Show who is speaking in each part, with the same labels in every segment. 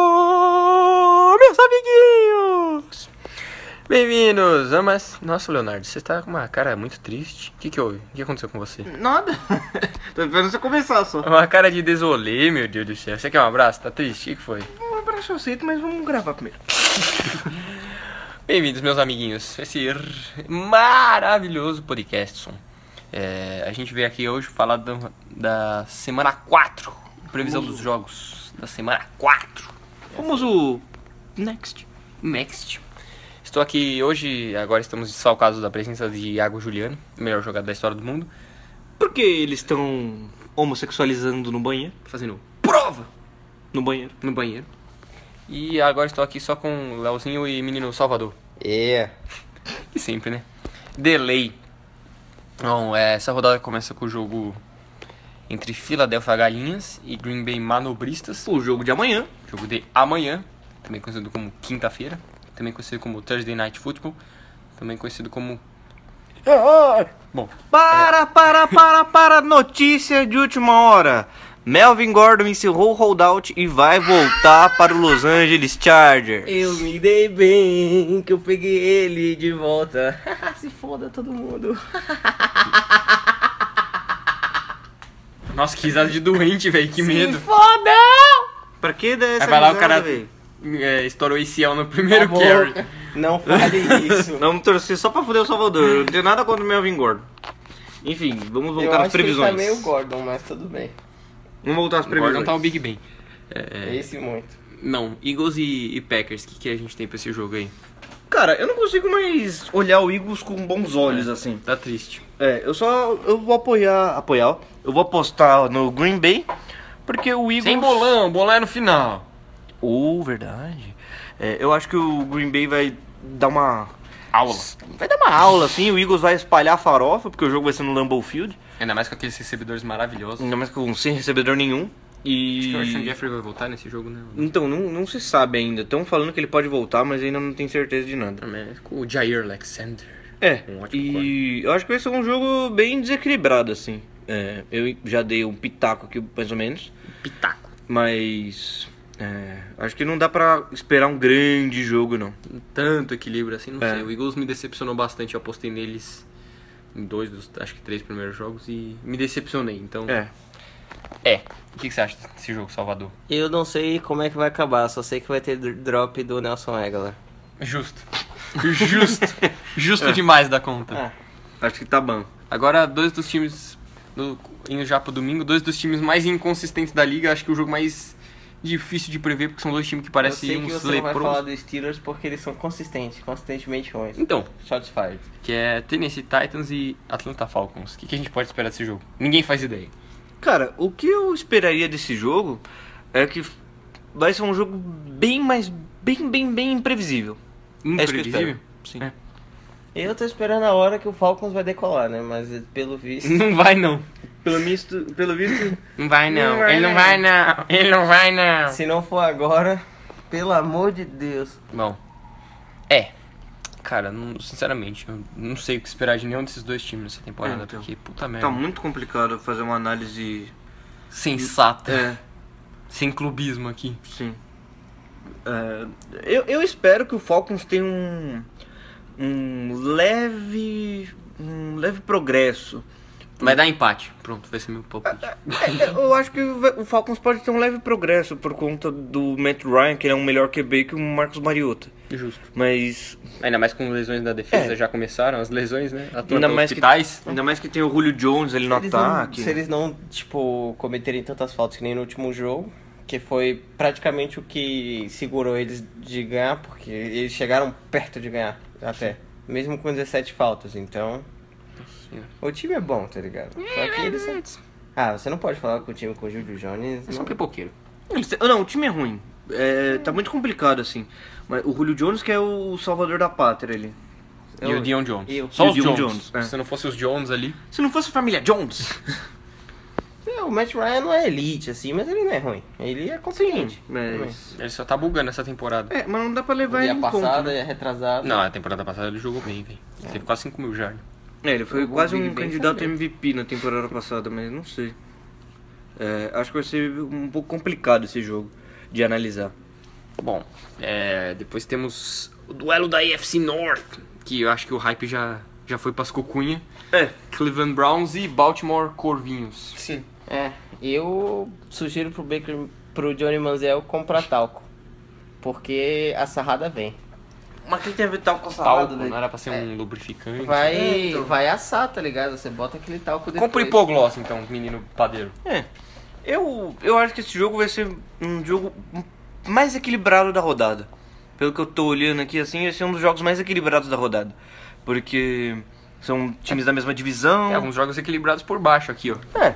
Speaker 1: Alô, meus amiguinhos! Bem-vindos! Ah, mas, nossa, Leonardo, você tá com uma cara muito triste. O que, que houve? O que aconteceu com você?
Speaker 2: Nada. Tô esperando você começar só.
Speaker 1: Uma cara de desolê, meu Deus do céu. Você quer um abraço? Tá triste? O que, que foi?
Speaker 2: Um abraço eu aceito, mas vamos gravar primeiro.
Speaker 1: Bem-vindos, meus amiguinhos, a esse maravilhoso podcast. É, a gente veio aqui hoje falar do- da semana 4, previsão dos jogos da semana 4.
Speaker 2: Vamos o next.
Speaker 1: Next. Estou aqui hoje, agora estamos desfalcados da presença de Iago Juliano, o melhor jogador da história do mundo,
Speaker 2: Por que eles estão homossexualizando no banheiro?
Speaker 1: fazendo prova
Speaker 2: No banheiro.
Speaker 1: no banheiro. E agora estou aqui só com o Leozinho e menino Salvador.
Speaker 3: É.
Speaker 1: E sempre, né? Delay. Bom, é, essa rodada começa com o jogo entre Philadelphia Galinhas e Green Bay Manobristas.
Speaker 2: O jogo de amanhã.
Speaker 1: Jogo de amanhã, também conhecido como quinta-feira, também conhecido como Thursday Night Football, também conhecido como... Bom,
Speaker 2: Para, para, para, para. Notícia de última hora. Melvin Gordon encerrou o holdout e vai voltar para o Los Angeles Chargers.
Speaker 3: Eu me dei bem que eu peguei ele de volta. Se foda todo mundo.
Speaker 1: Nossa, que risada de doente, velho, que medo.
Speaker 3: foda!
Speaker 2: Pra que dar essa
Speaker 1: Aí É, vai lá o
Speaker 2: risada,
Speaker 1: cara
Speaker 2: velho?
Speaker 1: é, estourou o ACL no primeiro
Speaker 3: Tá bom.
Speaker 1: carry.
Speaker 3: Não fale isso.
Speaker 2: Vamos torcer só pra fuder o Salvador. Eu não tenho nada contra o Melvin Gordon. Enfim, vamos
Speaker 3: eu
Speaker 2: voltar às
Speaker 3: acho que ele
Speaker 2: previsões.
Speaker 3: tá meio Gordon, mas tudo bem.
Speaker 2: Vamos voltar às previsões.
Speaker 1: Gordon tá o Big Ben.
Speaker 3: É. Esse muito.
Speaker 1: Não, Eagles e, e Packers, o que, que a gente tem pra esse jogo aí?
Speaker 2: Cara, eu não consigo mais olhar o Eagles com bons olhos, assim.
Speaker 1: Tá triste.
Speaker 2: É, eu só... Eu vou apoiar... Apoiar, ó. Eu vou apostar no Green Bay, porque o Eagles...
Speaker 1: Sem bolão, bolão é no final.
Speaker 2: Oh, verdade. É, eu acho que o Green Bay vai dar uma...
Speaker 1: Aula.
Speaker 2: Vai dar uma aula, assim. O Eagles vai espalhar farofa, porque o jogo vai ser no Lambeau Field.
Speaker 1: Ainda mais com aqueles recebedores maravilhosos.
Speaker 2: Ainda mais com sem recebedor nenhum.
Speaker 1: Acho que o Alexandre
Speaker 2: E...
Speaker 1: Jeffrey vai voltar nesse jogo, né?
Speaker 2: Então, não, não se sabe ainda. Estão falando que ele pode voltar, mas ainda não tem certeza de nada.
Speaker 1: É, com O Jair Alexander.
Speaker 2: É,
Speaker 1: Um ótimo
Speaker 2: e eu acho que vai ser um jogo bem desequilibrado, assim. É, eu já dei um pitaco aqui, mais ou menos,
Speaker 1: Pitaco.
Speaker 2: mas é, acho que não dá pra esperar um grande jogo, não.
Speaker 1: Tanto equilíbrio assim, não
Speaker 2: É.
Speaker 1: sei. O Eagles me decepcionou bastante. Eu apostei neles em dois dos, acho que três primeiros jogos e me decepcionei. Então,
Speaker 2: É,
Speaker 1: É. O que, que você acha desse jogo, Salvador?
Speaker 3: Eu não sei como é que vai acabar, só sei que vai ter dr- drop do Nelson Aguilar.
Speaker 1: Justo. Justo. Justo
Speaker 3: É.
Speaker 1: demais da conta.
Speaker 3: Ah,
Speaker 2: acho que tá bom.
Speaker 1: Agora, dois dos times no, indo já pro domingo, dois dos times mais inconsistentes da liga. Acho que o jogo mais difícil de prever, porque são dois times que
Speaker 3: eu
Speaker 1: parecem
Speaker 2: um
Speaker 3: sei que
Speaker 1: uns
Speaker 3: você não vai
Speaker 1: leprosos.
Speaker 3: falar dos Steelers porque eles são consistentes, consistentemente ruins.
Speaker 1: Então,
Speaker 3: Shots fired.
Speaker 1: que é Tennessee Titans e Atlanta Falcons. O que, que a gente pode esperar desse jogo? Ninguém faz ideia.
Speaker 3: É
Speaker 2: Cara, o que eu esperaria desse jogo é que vai ser um jogo bem mais, bem, bem, bem imprevisível. É isso que eu
Speaker 1: Imprevisível?
Speaker 2: espero. Sim.
Speaker 1: É.
Speaker 3: Eu tô esperando a hora que o Falcons vai decolar, né? Mas pelo visto.
Speaker 1: Não vai não.
Speaker 2: Pelo, misto, pelo visto,
Speaker 1: Não vai
Speaker 3: não. Ele não vai
Speaker 1: não. Ele não vai não.
Speaker 3: Se não for agora, pelo amor de Deus.
Speaker 1: Bom. É. Cara, não- sinceramente, eu não sei o que esperar de nenhum desses dois times nessa temporada,
Speaker 2: É, então.
Speaker 1: porque puta merda.
Speaker 2: tá muito complicado fazer uma análise...
Speaker 1: Sensata.
Speaker 2: É.
Speaker 1: Sem clubismo aqui.
Speaker 2: Sim. É, eu, eu espero que o Falcons tenha um, um leve um leve progresso.
Speaker 1: Vai dar empate. Pronto, vai ser meu palpite.
Speaker 2: É, é, eu acho que o Ve- o Falcons pode ter um leve progresso por conta do Matt Ryan, que ele é um melhor QB que o Marcos Mariota.
Speaker 1: Justo. É.
Speaker 2: Mas
Speaker 1: Ainda mais com lesões da defesa, já começaram as lesões, né?
Speaker 2: ainda mais, que,
Speaker 1: hospitais.
Speaker 2: ainda mais que tem o Julio Jones ali no
Speaker 3: Se eles não-
Speaker 2: ataque.
Speaker 3: se eles não, tipo, cometerem tantas faltas que nem no último jogo, que foi praticamente o que segurou eles de ganhar, porque eles chegaram perto de ganhar até. Mesmo com 17 faltas, então. O time é bom, tá ligado? Só que eles. Ah, você não pode falar com o time com o Júlio Jones.
Speaker 1: É só
Speaker 3: não.
Speaker 1: um pipoqueiro.
Speaker 2: Eles têm- Não, o time é ruim. É, tá muito complicado assim. Mas o Julio Jones que é o salvador da pátria ali.
Speaker 1: E o Dion Jones.
Speaker 3: eu-
Speaker 1: Só
Speaker 2: E o
Speaker 1: os
Speaker 2: Dion
Speaker 1: Jones.
Speaker 2: Jones, é.
Speaker 1: Se não fosse os Jones ali.
Speaker 2: Se não fosse a família Jones.
Speaker 3: É, O Matt Ryan não é elite, assim, mas ele não é ruim. Ele é consciente.
Speaker 2: Mas...
Speaker 1: Ele só tá bugando essa temporada.
Speaker 2: É, mas não dá pra levar
Speaker 3: E
Speaker 2: ele é
Speaker 3: a
Speaker 2: em conta.
Speaker 3: passada, e a retrasada.
Speaker 1: Não, a temporada passada ele jogou bem, velho. Teve quase 5 mil né? jardas.
Speaker 2: É, ele foi
Speaker 3: O
Speaker 2: quase
Speaker 3: Big
Speaker 2: um
Speaker 3: Ben
Speaker 2: candidato
Speaker 3: foi bem.
Speaker 2: MVP na temporada passada, mas não sei. É, acho que vai ser um pouco complicado esse jogo. de analisar.
Speaker 1: Bom, é, depois temos o duelo da AFC North, que eu acho que o hype já, já foi pras cucunha.
Speaker 2: É.
Speaker 1: Cleveland Browns e Baltimore Corvinhos.
Speaker 2: Sim.
Speaker 3: É, eu sugiro pro Baker, pro Johnny Manziel comprar talco. Porque a sarrada vem.
Speaker 2: Mas quem tem a ver talco com né?
Speaker 1: Talco,
Speaker 2: salada,
Speaker 1: não
Speaker 2: velho?
Speaker 1: era pra ser um lubrificante.
Speaker 3: Vai,
Speaker 2: Então.
Speaker 3: vai assar, tá ligado? Você bota aquele talco depois.
Speaker 1: Compre hipogloss então, menino padeiro.
Speaker 2: É. Eu, eu acho que esse jogo vai ser um jogo mais equilibrado da rodada. Pelo que eu tô olhando aqui, assim, vai ser um dos jogos mais equilibrados da rodada. Porque são times da mesma divisão.
Speaker 1: Tem alguns jogos equilibrados por baixo aqui, ó.
Speaker 2: É.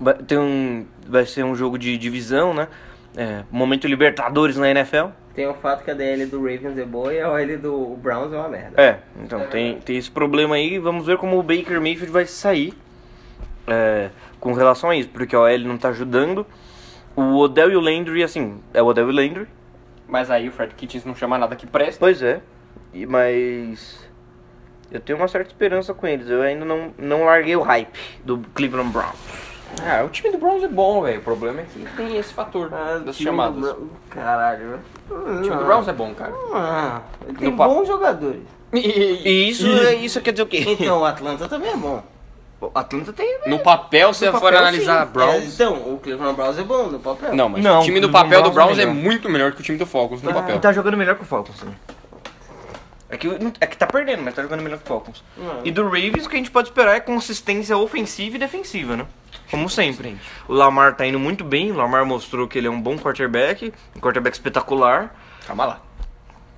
Speaker 2: Vai, ter um, vai ser um jogo de divisão, né? É, momento Libertadores na NFL.
Speaker 3: Tem o fato que a DL do Ravens é boa e a OL do Browns é uma merda.
Speaker 2: É, então tem, tem esse problema aí. Vamos ver como o Baker Mayfield vai sair é, com relação a isso, porque a OL não tá ajudando. O Odell e o Landry, assim, é o Odell e o Landry.
Speaker 1: Mas aí o Fred Kitchens não chama nada que presta.
Speaker 2: Pois é, e, mas eu tenho uma certa esperança com eles. Eu ainda não, não larguei o hype do Cleveland Browns.
Speaker 1: Ah, o time do Browns é bom, velho. O problema é que tem esse fator
Speaker 3: Ah,
Speaker 1: das chamadas.
Speaker 3: Caralho.
Speaker 1: O time do Browns é bom, cara.
Speaker 3: Ah, tem
Speaker 1: No pa-
Speaker 3: bons jogadores.
Speaker 2: E isso, é, isso quer dizer o quê?
Speaker 3: Então, o Atlanta também é bom.
Speaker 2: O Atlanta tem... né?
Speaker 1: No papel, se
Speaker 3: No
Speaker 1: você for
Speaker 3: papel,
Speaker 1: analisar
Speaker 3: sim. É,
Speaker 1: Browns.
Speaker 3: então, o Cleveland Browns é bom no papel.
Speaker 1: Não, mas
Speaker 2: Não,
Speaker 1: o time do
Speaker 2: o
Speaker 1: papel do
Speaker 2: Browns
Speaker 1: Browns
Speaker 2: é
Speaker 1: é
Speaker 2: melhor.
Speaker 1: muito melhor Então- que o time do Falcons no papel.
Speaker 2: Tá jogando melhor que o Falcons também. É que, é que tá perdendo, mas tá jogando melhor que o Falcons.
Speaker 3: Não.
Speaker 2: E do Ravens, o que a gente pode esperar é consistência ofensiva e defensiva, né? Como sempre. O Lamar tá indo muito bem, o Lamar mostrou que ele é um bom quarterback, um quarterback espetacular.
Speaker 1: Calma lá.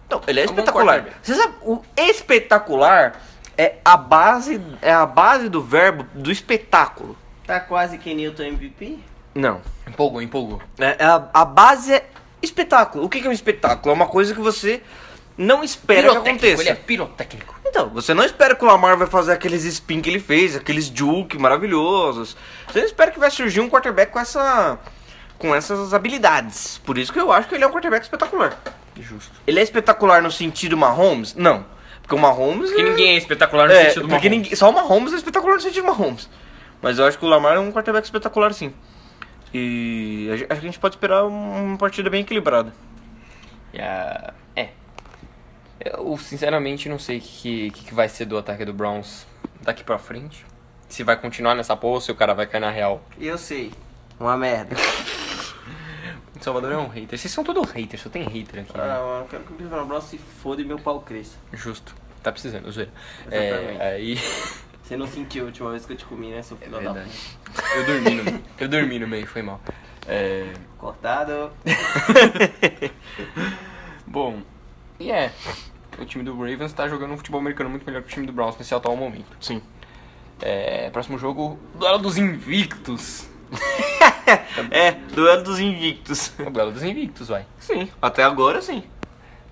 Speaker 2: Não, ele é,
Speaker 1: É um bom
Speaker 2: espetacular.
Speaker 1: quarterback.
Speaker 2: Você sabe, o espetacular é a base, é a base do verbo do espetáculo.
Speaker 3: Tá quase que Newton MVP?
Speaker 2: Não.
Speaker 1: Empolgou, empolgou.
Speaker 2: É, é a, a base é espetáculo. O que que é um espetáculo? É uma coisa que você não espera que aconteça.
Speaker 1: ele é pirotécnico.
Speaker 2: Então, você não espera que o Lamar vai fazer aqueles spin que ele fez, aqueles juke maravilhosos. Você não espera que vai surgir um quarterback com essa com essas habilidades. Por isso que eu acho que ele é um quarterback espetacular.
Speaker 1: Justo.
Speaker 2: Ele é espetacular no sentido Mahomes? Não. Porque o Mahomes
Speaker 1: Porque
Speaker 2: é...
Speaker 1: ninguém é espetacular no
Speaker 2: é,
Speaker 1: sentido do
Speaker 2: porque
Speaker 1: Mahomes.
Speaker 2: ninguém- só o Mahomes é espetacular no sentido Mahomes. Mas eu acho que o Lamar é um quarterback espetacular sim. E a gen- acho que a gente pode esperar um- uma partida bem equilibrada.
Speaker 1: E a- É. Eu sinceramente não sei o que, que, que vai ser do ataque do Browns daqui pra frente. Se vai continuar nessa porra ou se o cara vai cair na real.
Speaker 3: Eu sei. Uma merda.
Speaker 1: O Salvador é um hater. Vocês são todos haters, só tem hater aqui. né?
Speaker 3: Ah, mano, eu quero que o Cleveland Browns se foda e meu pau cresça.
Speaker 1: Justo. Tá precisando, zoeira.
Speaker 3: Exatamente.
Speaker 1: É, aí.
Speaker 3: Você não sentiu a última vez que eu te comi, né, seu filho da
Speaker 1: Verdade. Eu dormi no meio. Eu dormi no meio, foi mal. É.
Speaker 3: puta? Cortado.
Speaker 1: Bom. E é. O time do Ravens tá jogando um futebol americano muito melhor que o time do Browns nesse atual momento.
Speaker 2: Sim.
Speaker 1: É, próximo jogo, duelo dos invictos.
Speaker 2: É, duelo dos invictos.
Speaker 1: O duelo dos invictos, vai.
Speaker 2: Sim, até agora sim.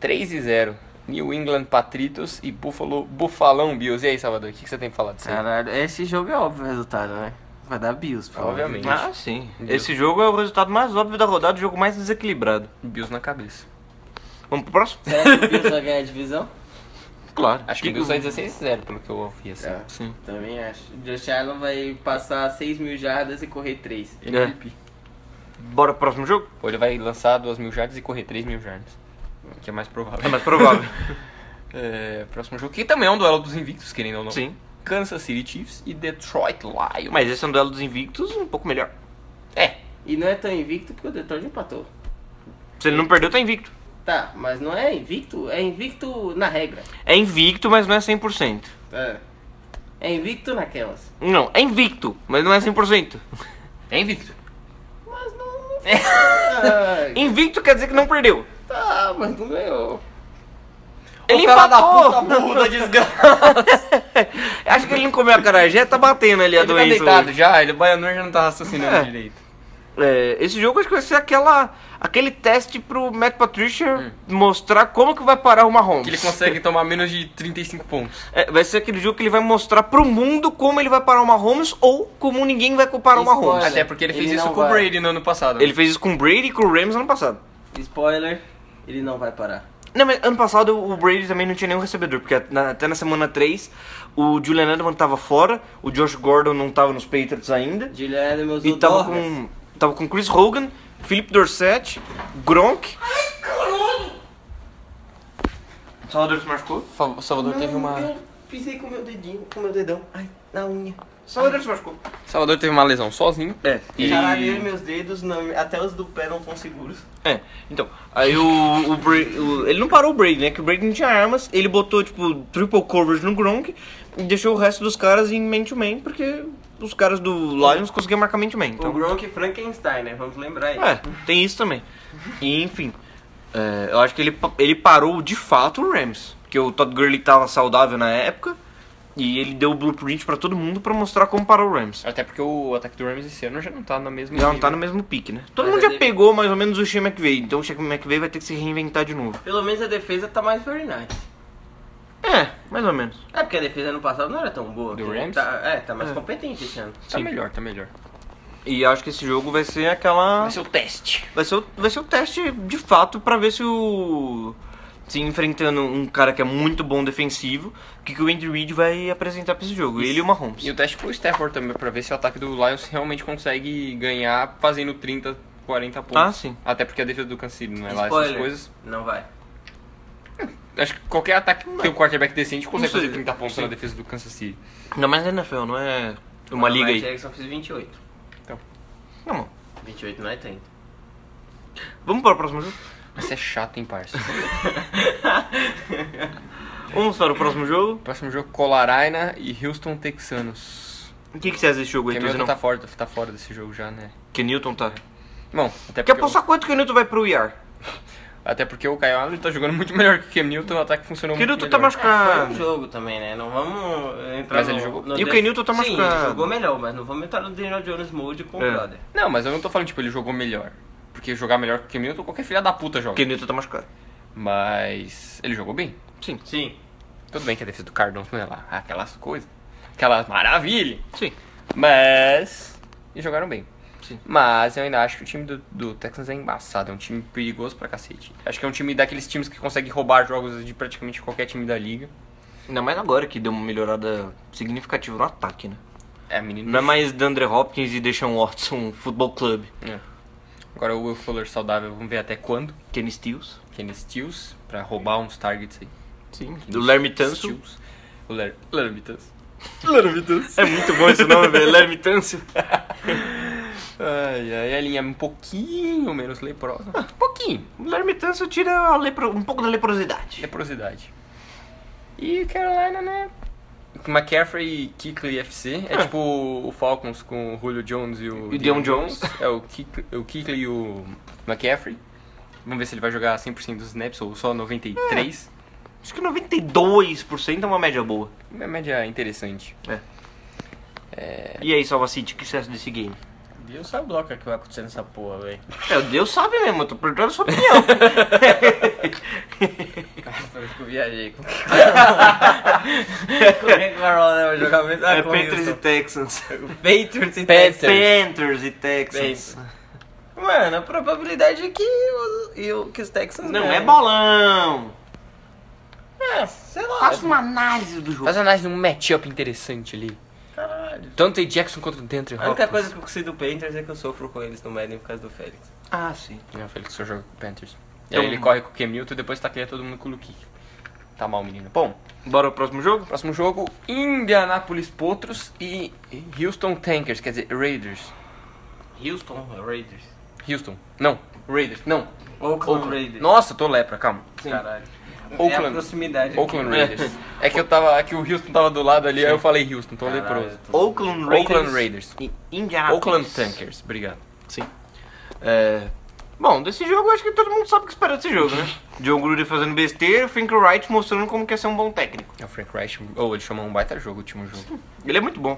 Speaker 1: 3 e 0. New England Patriots e Buffalo Bufalão Bills. E aí, Salvador, o que, que você tem pra falar disso? aí?
Speaker 3: Caralho, esse jogo é óbvio o resultado, né? Vai dar Bills, pô.
Speaker 1: Obviamente.
Speaker 2: Ah, sim.
Speaker 1: Entendeu?
Speaker 2: Esse jogo é o resultado mais óbvio da rodada, o jogo mais desequilibrado.
Speaker 1: Ah, Bills na cabeça.
Speaker 2: Vamos pro próximo?
Speaker 3: Será que o Bills vai ganhar a divisão?
Speaker 2: Claro.
Speaker 1: Acho que o Bills vai 16 e 0, pelo que eu ouvi assim.
Speaker 3: Tá.
Speaker 2: Sim.
Speaker 3: Também acho. Josh Allen vai passar 6 mil jardas e correr 3.
Speaker 2: É. Bora pro próximo jogo?
Speaker 1: Ou ele vai lançar 2 mil jardas e correr 3 mil jardas. Que é mais provável.
Speaker 2: É mais provável.
Speaker 1: É, próximo jogo, que também é um duelo dos invictos, querendo ou não.
Speaker 2: sim.
Speaker 1: Kansas City Chiefs e Detroit Lions.
Speaker 2: Mas esse é um duelo dos invictos um pouco melhor.
Speaker 1: É,
Speaker 3: E não é tão invicto porque o Detroit empatou.
Speaker 2: Se ele não perdeu, tá invicto.
Speaker 3: Tá, mas não é invicto, é invicto na regra.
Speaker 2: É invicto, mas não é 100%.
Speaker 3: É. É invicto naquelas.
Speaker 2: Não, é invicto, mas não é 100%.
Speaker 1: é invicto.
Speaker 3: Mas não.
Speaker 2: É.
Speaker 3: Ai,
Speaker 2: Invicto quer dizer que não perdeu.
Speaker 3: tá, mas não ganhou.
Speaker 2: Ele
Speaker 1: fela
Speaker 2: empatou!
Speaker 1: da puta, burro da desgraça.
Speaker 2: Acho que ele não comeu a carajé, tá batendo ali a
Speaker 1: ele tá
Speaker 2: doença.
Speaker 1: deitado já, ele, o baiano já não tá raciocinando
Speaker 2: É.
Speaker 1: direito.
Speaker 2: É, esse jogo acho que vai ser aquela, aquele teste pro Matt Patricia mostrar como que vai parar o Mahomes.
Speaker 1: Hum. Que ele consegue tomar menos de 35 pontos.
Speaker 2: É, vai ser aquele jogo que ele vai mostrar pro mundo como ele vai parar o Mahomes ou como ninguém vai parar o
Speaker 3: Spoiler.
Speaker 2: Mahomes.
Speaker 1: Até porque ele fez
Speaker 3: Ele
Speaker 1: isso
Speaker 3: não
Speaker 1: com o
Speaker 3: vai.
Speaker 1: Brady no ano passado. né?
Speaker 2: Ele fez isso com o Brady e com o Rams ano passado.
Speaker 3: Spoiler, ele não vai parar.
Speaker 2: Não, mas ano passado o Brady também não tinha nenhum recebedor, porque na- até na semana 3 o Julian Edelman tava fora, o Josh Gordon não tava nos Patriots ainda,
Speaker 3: Julian Edelman
Speaker 2: e
Speaker 3: usou
Speaker 2: tava
Speaker 3: drogas.
Speaker 2: com, tava com Chris Hogan Felipe Dorset, Gronk. Salvador se machucou?
Speaker 1: O Salvador teve uma.
Speaker 3: pisei com meu dedinho, com meu dedão. Ai, na unha.
Speaker 2: Salvador se machucou.
Speaker 1: Salvador teve uma lesão sozinho.
Speaker 2: É. E...
Speaker 3: Caralho, eu e meus dedos, não, até os do pé não estão seguros.
Speaker 2: É, então, aí o, o, Bra- o- Ele não parou o Brady, né? Que o Brady não tinha armas, ele botou, tipo, triple coverage no Gronk e deixou o resto dos caras em man-to-man, porque os caras do Lions conseguiam marcar man-to-man. Então,
Speaker 3: Gronk Frankenstein, né? Vamos lembrar aí.
Speaker 2: é, tem isso também. E, enfim, é, eu acho que ele, pa- ele parou de fato o Rams, porque o Todd Gurley tava saudável na época e ele deu o blueprint pra todo mundo pra mostrar como parar o Rams.
Speaker 1: Até porque o ataque do Rams esse ano já não tá na mesma.
Speaker 2: Já não tá no mesmo pique, né? Todo
Speaker 3: Mas
Speaker 2: mundo já
Speaker 3: ele-
Speaker 2: pegou mais ou menos o Shea McVay, então o Shea McVay vai ter que se reinventar de novo.
Speaker 3: Pelo menos a defesa tá mais very nice.
Speaker 2: É, mais ou menos.
Speaker 3: É porque a defesa ano passado não era tão boa.
Speaker 1: Do
Speaker 3: porque
Speaker 1: Rams?
Speaker 3: Tá, é, tá mais
Speaker 2: É.
Speaker 3: competente esse ano.
Speaker 1: Tá
Speaker 2: Sim.
Speaker 1: melhor, tá melhor.
Speaker 2: E acho que esse jogo vai ser aquela.
Speaker 1: Vai ser o teste.
Speaker 2: Vai ser o, vai ser o teste de fato pra ver se o. Se enfrentando um cara que é muito bom defensivo, o que, que o Andy Reid vai apresentar pra esse jogo? Ele e o Mahomes.
Speaker 1: E o teste pro Stafford também, pra ver se o ataque do Lions realmente consegue ganhar fazendo 30, 40 pontos.
Speaker 2: Ah, sim.
Speaker 1: Até porque a defesa do Kansas City não é lá essas
Speaker 3: Spoiler,
Speaker 1: coisas.
Speaker 3: Não vai.
Speaker 1: Acho que qualquer ataque que tem um quarterback decente consegue
Speaker 2: Não sei.
Speaker 1: fazer 30 pontos
Speaker 2: Sim.
Speaker 1: na defesa do Kansas City.
Speaker 2: Ainda mais na NFL, não é uma
Speaker 3: Não,
Speaker 2: liga
Speaker 3: Ah, mas
Speaker 2: aí.
Speaker 3: Jackson fez 28.
Speaker 2: Não, mano.
Speaker 3: 28 não é 30.
Speaker 2: Vamos para o próximo jogo?
Speaker 1: Mas é chato, hein, parça.
Speaker 2: Vamos para o próximo jogo.
Speaker 1: Próximo jogo, Colaraina e Houston Texanos.
Speaker 2: O que, que você acha desse jogo aí,
Speaker 1: Porque
Speaker 2: Tuzinão?
Speaker 1: tá fora, tá fora desse jogo já, né?
Speaker 2: Que Newton tá.
Speaker 1: Bom, até
Speaker 2: Quer
Speaker 1: porque,
Speaker 2: passar quanto que o Newton vai pro IR?
Speaker 1: o, até porque o Kyle Allen tá jogando muito melhor que o Cam Newton, o ataque funcionou
Speaker 2: Que
Speaker 1: muito
Speaker 2: Newton tá
Speaker 1: melhor.
Speaker 3: Foi um
Speaker 2: machucado.
Speaker 3: jogo também, né? Não vamos entrar
Speaker 1: Mas
Speaker 3: no,
Speaker 1: ele jogou.
Speaker 3: no
Speaker 2: E o
Speaker 3: Daniel-
Speaker 2: Kenilton tá
Speaker 3: Sim,
Speaker 2: machucado.
Speaker 3: ele jogou melhor, mas não vamos entrar no Daniel Jones mode com
Speaker 2: É.
Speaker 3: o brother.
Speaker 1: Não, mas eu não tô falando, tipo, ele jogou melhor. Porque jogar melhor que o Cam Newton, qualquer filha da puta joga.
Speaker 2: Que Newton tá machucado.
Speaker 1: Mas ele jogou bem.
Speaker 2: Sim,
Speaker 3: Sim.
Speaker 1: Tudo bem que a defesa do Cardão não é lá aquelas coisas, aquelas maravilhas.
Speaker 2: sim.
Speaker 1: Mas. E jogaram bem.
Speaker 2: Sim.
Speaker 1: Mas eu ainda acho que o time do, do Texans é embaçado. É um time perigoso pra cacete. Acho que é um time daqueles times que consegue roubar jogos de praticamente qualquer time da liga.
Speaker 2: Ainda mais agora que deu uma melhorada significativa no ataque, né?
Speaker 1: É, menino.
Speaker 2: Não é mais Dandre Hopkins e Deshaun Watson Futebol Club.
Speaker 1: É. Agora o Will Fuller saudável, vamos ver até quando.
Speaker 2: Kenny Stills.
Speaker 1: Kenny Stills, pra roubar uns targets aí.
Speaker 2: Sim. Do Larry Tansil.
Speaker 1: Stills. O Ler- Larry Tansil.
Speaker 2: É muito bom esse nome, velho. Larry Tansil.
Speaker 1: Ai, ai, a linha é um pouquinho menos leprosa. Um pouquinho.
Speaker 2: O Larry Tansil tira a lepro- um pouco da leprosidade.
Speaker 1: Leprosidade. E Carolina, né? McCaffrey e Kickley FC. É,
Speaker 2: É.
Speaker 1: tipo o Falcons com o Julio Jones e o
Speaker 2: E o Deion Jones.
Speaker 1: É o, Kick, o Kickley e o McCaffrey. Vamos ver se ele vai jogar 100% dos snaps ou só 93.
Speaker 2: Ah. Acho que 92% é uma média boa.
Speaker 1: Uma média interessante. É.
Speaker 2: E aí, Salva City, o que você acha desse game?
Speaker 3: Deus sabe o que vai acontecer nessa porra, velho.
Speaker 2: É, Deus sabe mesmo, eu tô perguntando a sua opinião.
Speaker 3: Parece que eu viajei. Como é que o Carolina vai jogar mesmo? Ah,
Speaker 2: é
Speaker 3: com
Speaker 2: Panthers e
Speaker 3: Houston.
Speaker 2: Texans.
Speaker 3: Patriots e
Speaker 1: Panthers.
Speaker 3: Texans.
Speaker 2: Panthers e Texans.
Speaker 3: Mano, a probabilidade é que, os, e o- que os Texans
Speaker 2: Não
Speaker 3: ganhem.
Speaker 2: é bolão.
Speaker 3: É, sei lá.
Speaker 2: Faça uma análise do jogo.
Speaker 1: Faz uma análise de um matchup interessante ali.
Speaker 3: Caralho.
Speaker 1: Tanto o Jackson contra o Dentre
Speaker 3: A única coisa que eu sei do Panthers é que eu sofro com eles no Madden por causa do Félix.
Speaker 2: Ah, sim.
Speaker 1: Não, o Felix só joga com o Panthers. E
Speaker 2: Então-
Speaker 1: aí ele corre com o Cam Newton e depois tacleia todo mundo com o Luke. Tá mal, menino. Bom,
Speaker 2: Bora pro próximo jogo?
Speaker 1: Próximo jogo, Indianapolis Potros e Houston Tankers, quer dizer, Raiders.
Speaker 3: Houston Raiders.
Speaker 1: Houston, não, Raiders, não.
Speaker 3: Oakland Raiders.
Speaker 1: Nossa, tô lepra, calma.
Speaker 3: Caralho. É a
Speaker 1: Oakland.
Speaker 3: proximidade.
Speaker 1: Oakland Raiders. É que eu tava, é que o Houston tava do lado ali, aí eu falei Houston, tô leproso.
Speaker 2: Oakland Raiders. Ah,
Speaker 1: Oakland Raiders.
Speaker 2: E Indianapolis.
Speaker 1: Oakland Tankers, obrigado.
Speaker 2: Sim. É, Bom, desse jogo eu acho que todo mundo sabe o que esperar desse jogo, né? John Gruden fazendo besteira, Frank Wright mostrando como quer ser um bom técnico.
Speaker 1: É o Frank Reich, ou ele chamou um baita jogo, o último jogo.
Speaker 2: Ele é muito bom.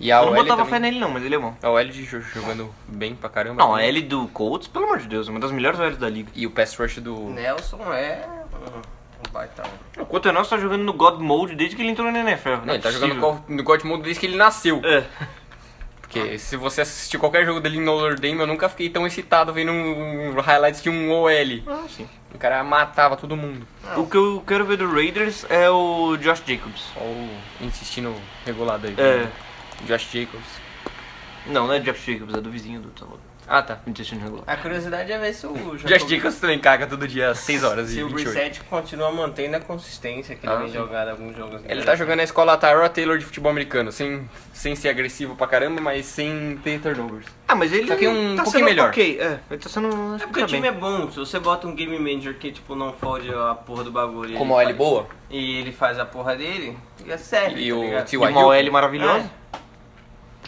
Speaker 1: E a
Speaker 2: eu não
Speaker 1: OL
Speaker 2: botava fé
Speaker 1: também,
Speaker 2: nele não, mas ele é bom.
Speaker 1: a OL de jo- jogando bem pra caramba.
Speaker 2: Não, a L do Colts, pelo amor de Deus, é uma das melhores OLs da liga.
Speaker 1: E o pass rush do...
Speaker 3: Nelson é um- um baita. um.
Speaker 2: O Cotonel tá jogando no God Mode desde que ele entrou na NFL.
Speaker 1: Não,
Speaker 2: Não, é
Speaker 1: ele tá jogando
Speaker 2: possível.
Speaker 1: co- no God Mode desde que ele nasceu.
Speaker 2: É.
Speaker 1: Porque se você assistir qualquer jogo dele no Notre Dame, eu nunca fiquei tão excitado vendo um, um highlights de um OL.
Speaker 2: Ah, sim.
Speaker 1: O cara matava todo mundo.
Speaker 2: O que eu quero ver do Raiders é o Josh Jacobs.
Speaker 1: Só o insistindo regulado aí.
Speaker 2: É.
Speaker 1: Josh Jacobs.
Speaker 2: Não, não é Josh Jacobs, é do vizinho do Talo. Ah, tá. Intestino regular.
Speaker 3: A curiosidade é ver se o
Speaker 1: Já estica se também caga todo dia às 6 horas
Speaker 3: Se
Speaker 1: e
Speaker 3: o
Speaker 1: 28.
Speaker 3: Brissette continua mantendo a consistência que ele
Speaker 1: Ah,
Speaker 3: vem
Speaker 1: sim.
Speaker 3: jogado em alguns jogos.
Speaker 1: Ele tá jogando na escola Tyra Taylor de futebol americano, sem, sem ser agressivo pra caramba, mas sem ter turnovers.
Speaker 2: Ah, mas ele
Speaker 1: Só que um
Speaker 2: tá
Speaker 1: pouquinho
Speaker 2: sendo
Speaker 1: melhor.
Speaker 2: ok. É, ele tá sendo... acho que
Speaker 3: É porque
Speaker 2: tá
Speaker 3: o time
Speaker 2: bem.
Speaker 3: é bom, se você bota um game manager que tipo não fode a porra do bagulho e
Speaker 1: Como a
Speaker 3: ele
Speaker 1: L boa
Speaker 3: faz- e ele faz a porra dele, é sério.
Speaker 1: e
Speaker 3: tá
Speaker 1: o
Speaker 3: ligado?
Speaker 1: T.Y.
Speaker 2: E uma OL maravilhosa.
Speaker 3: É.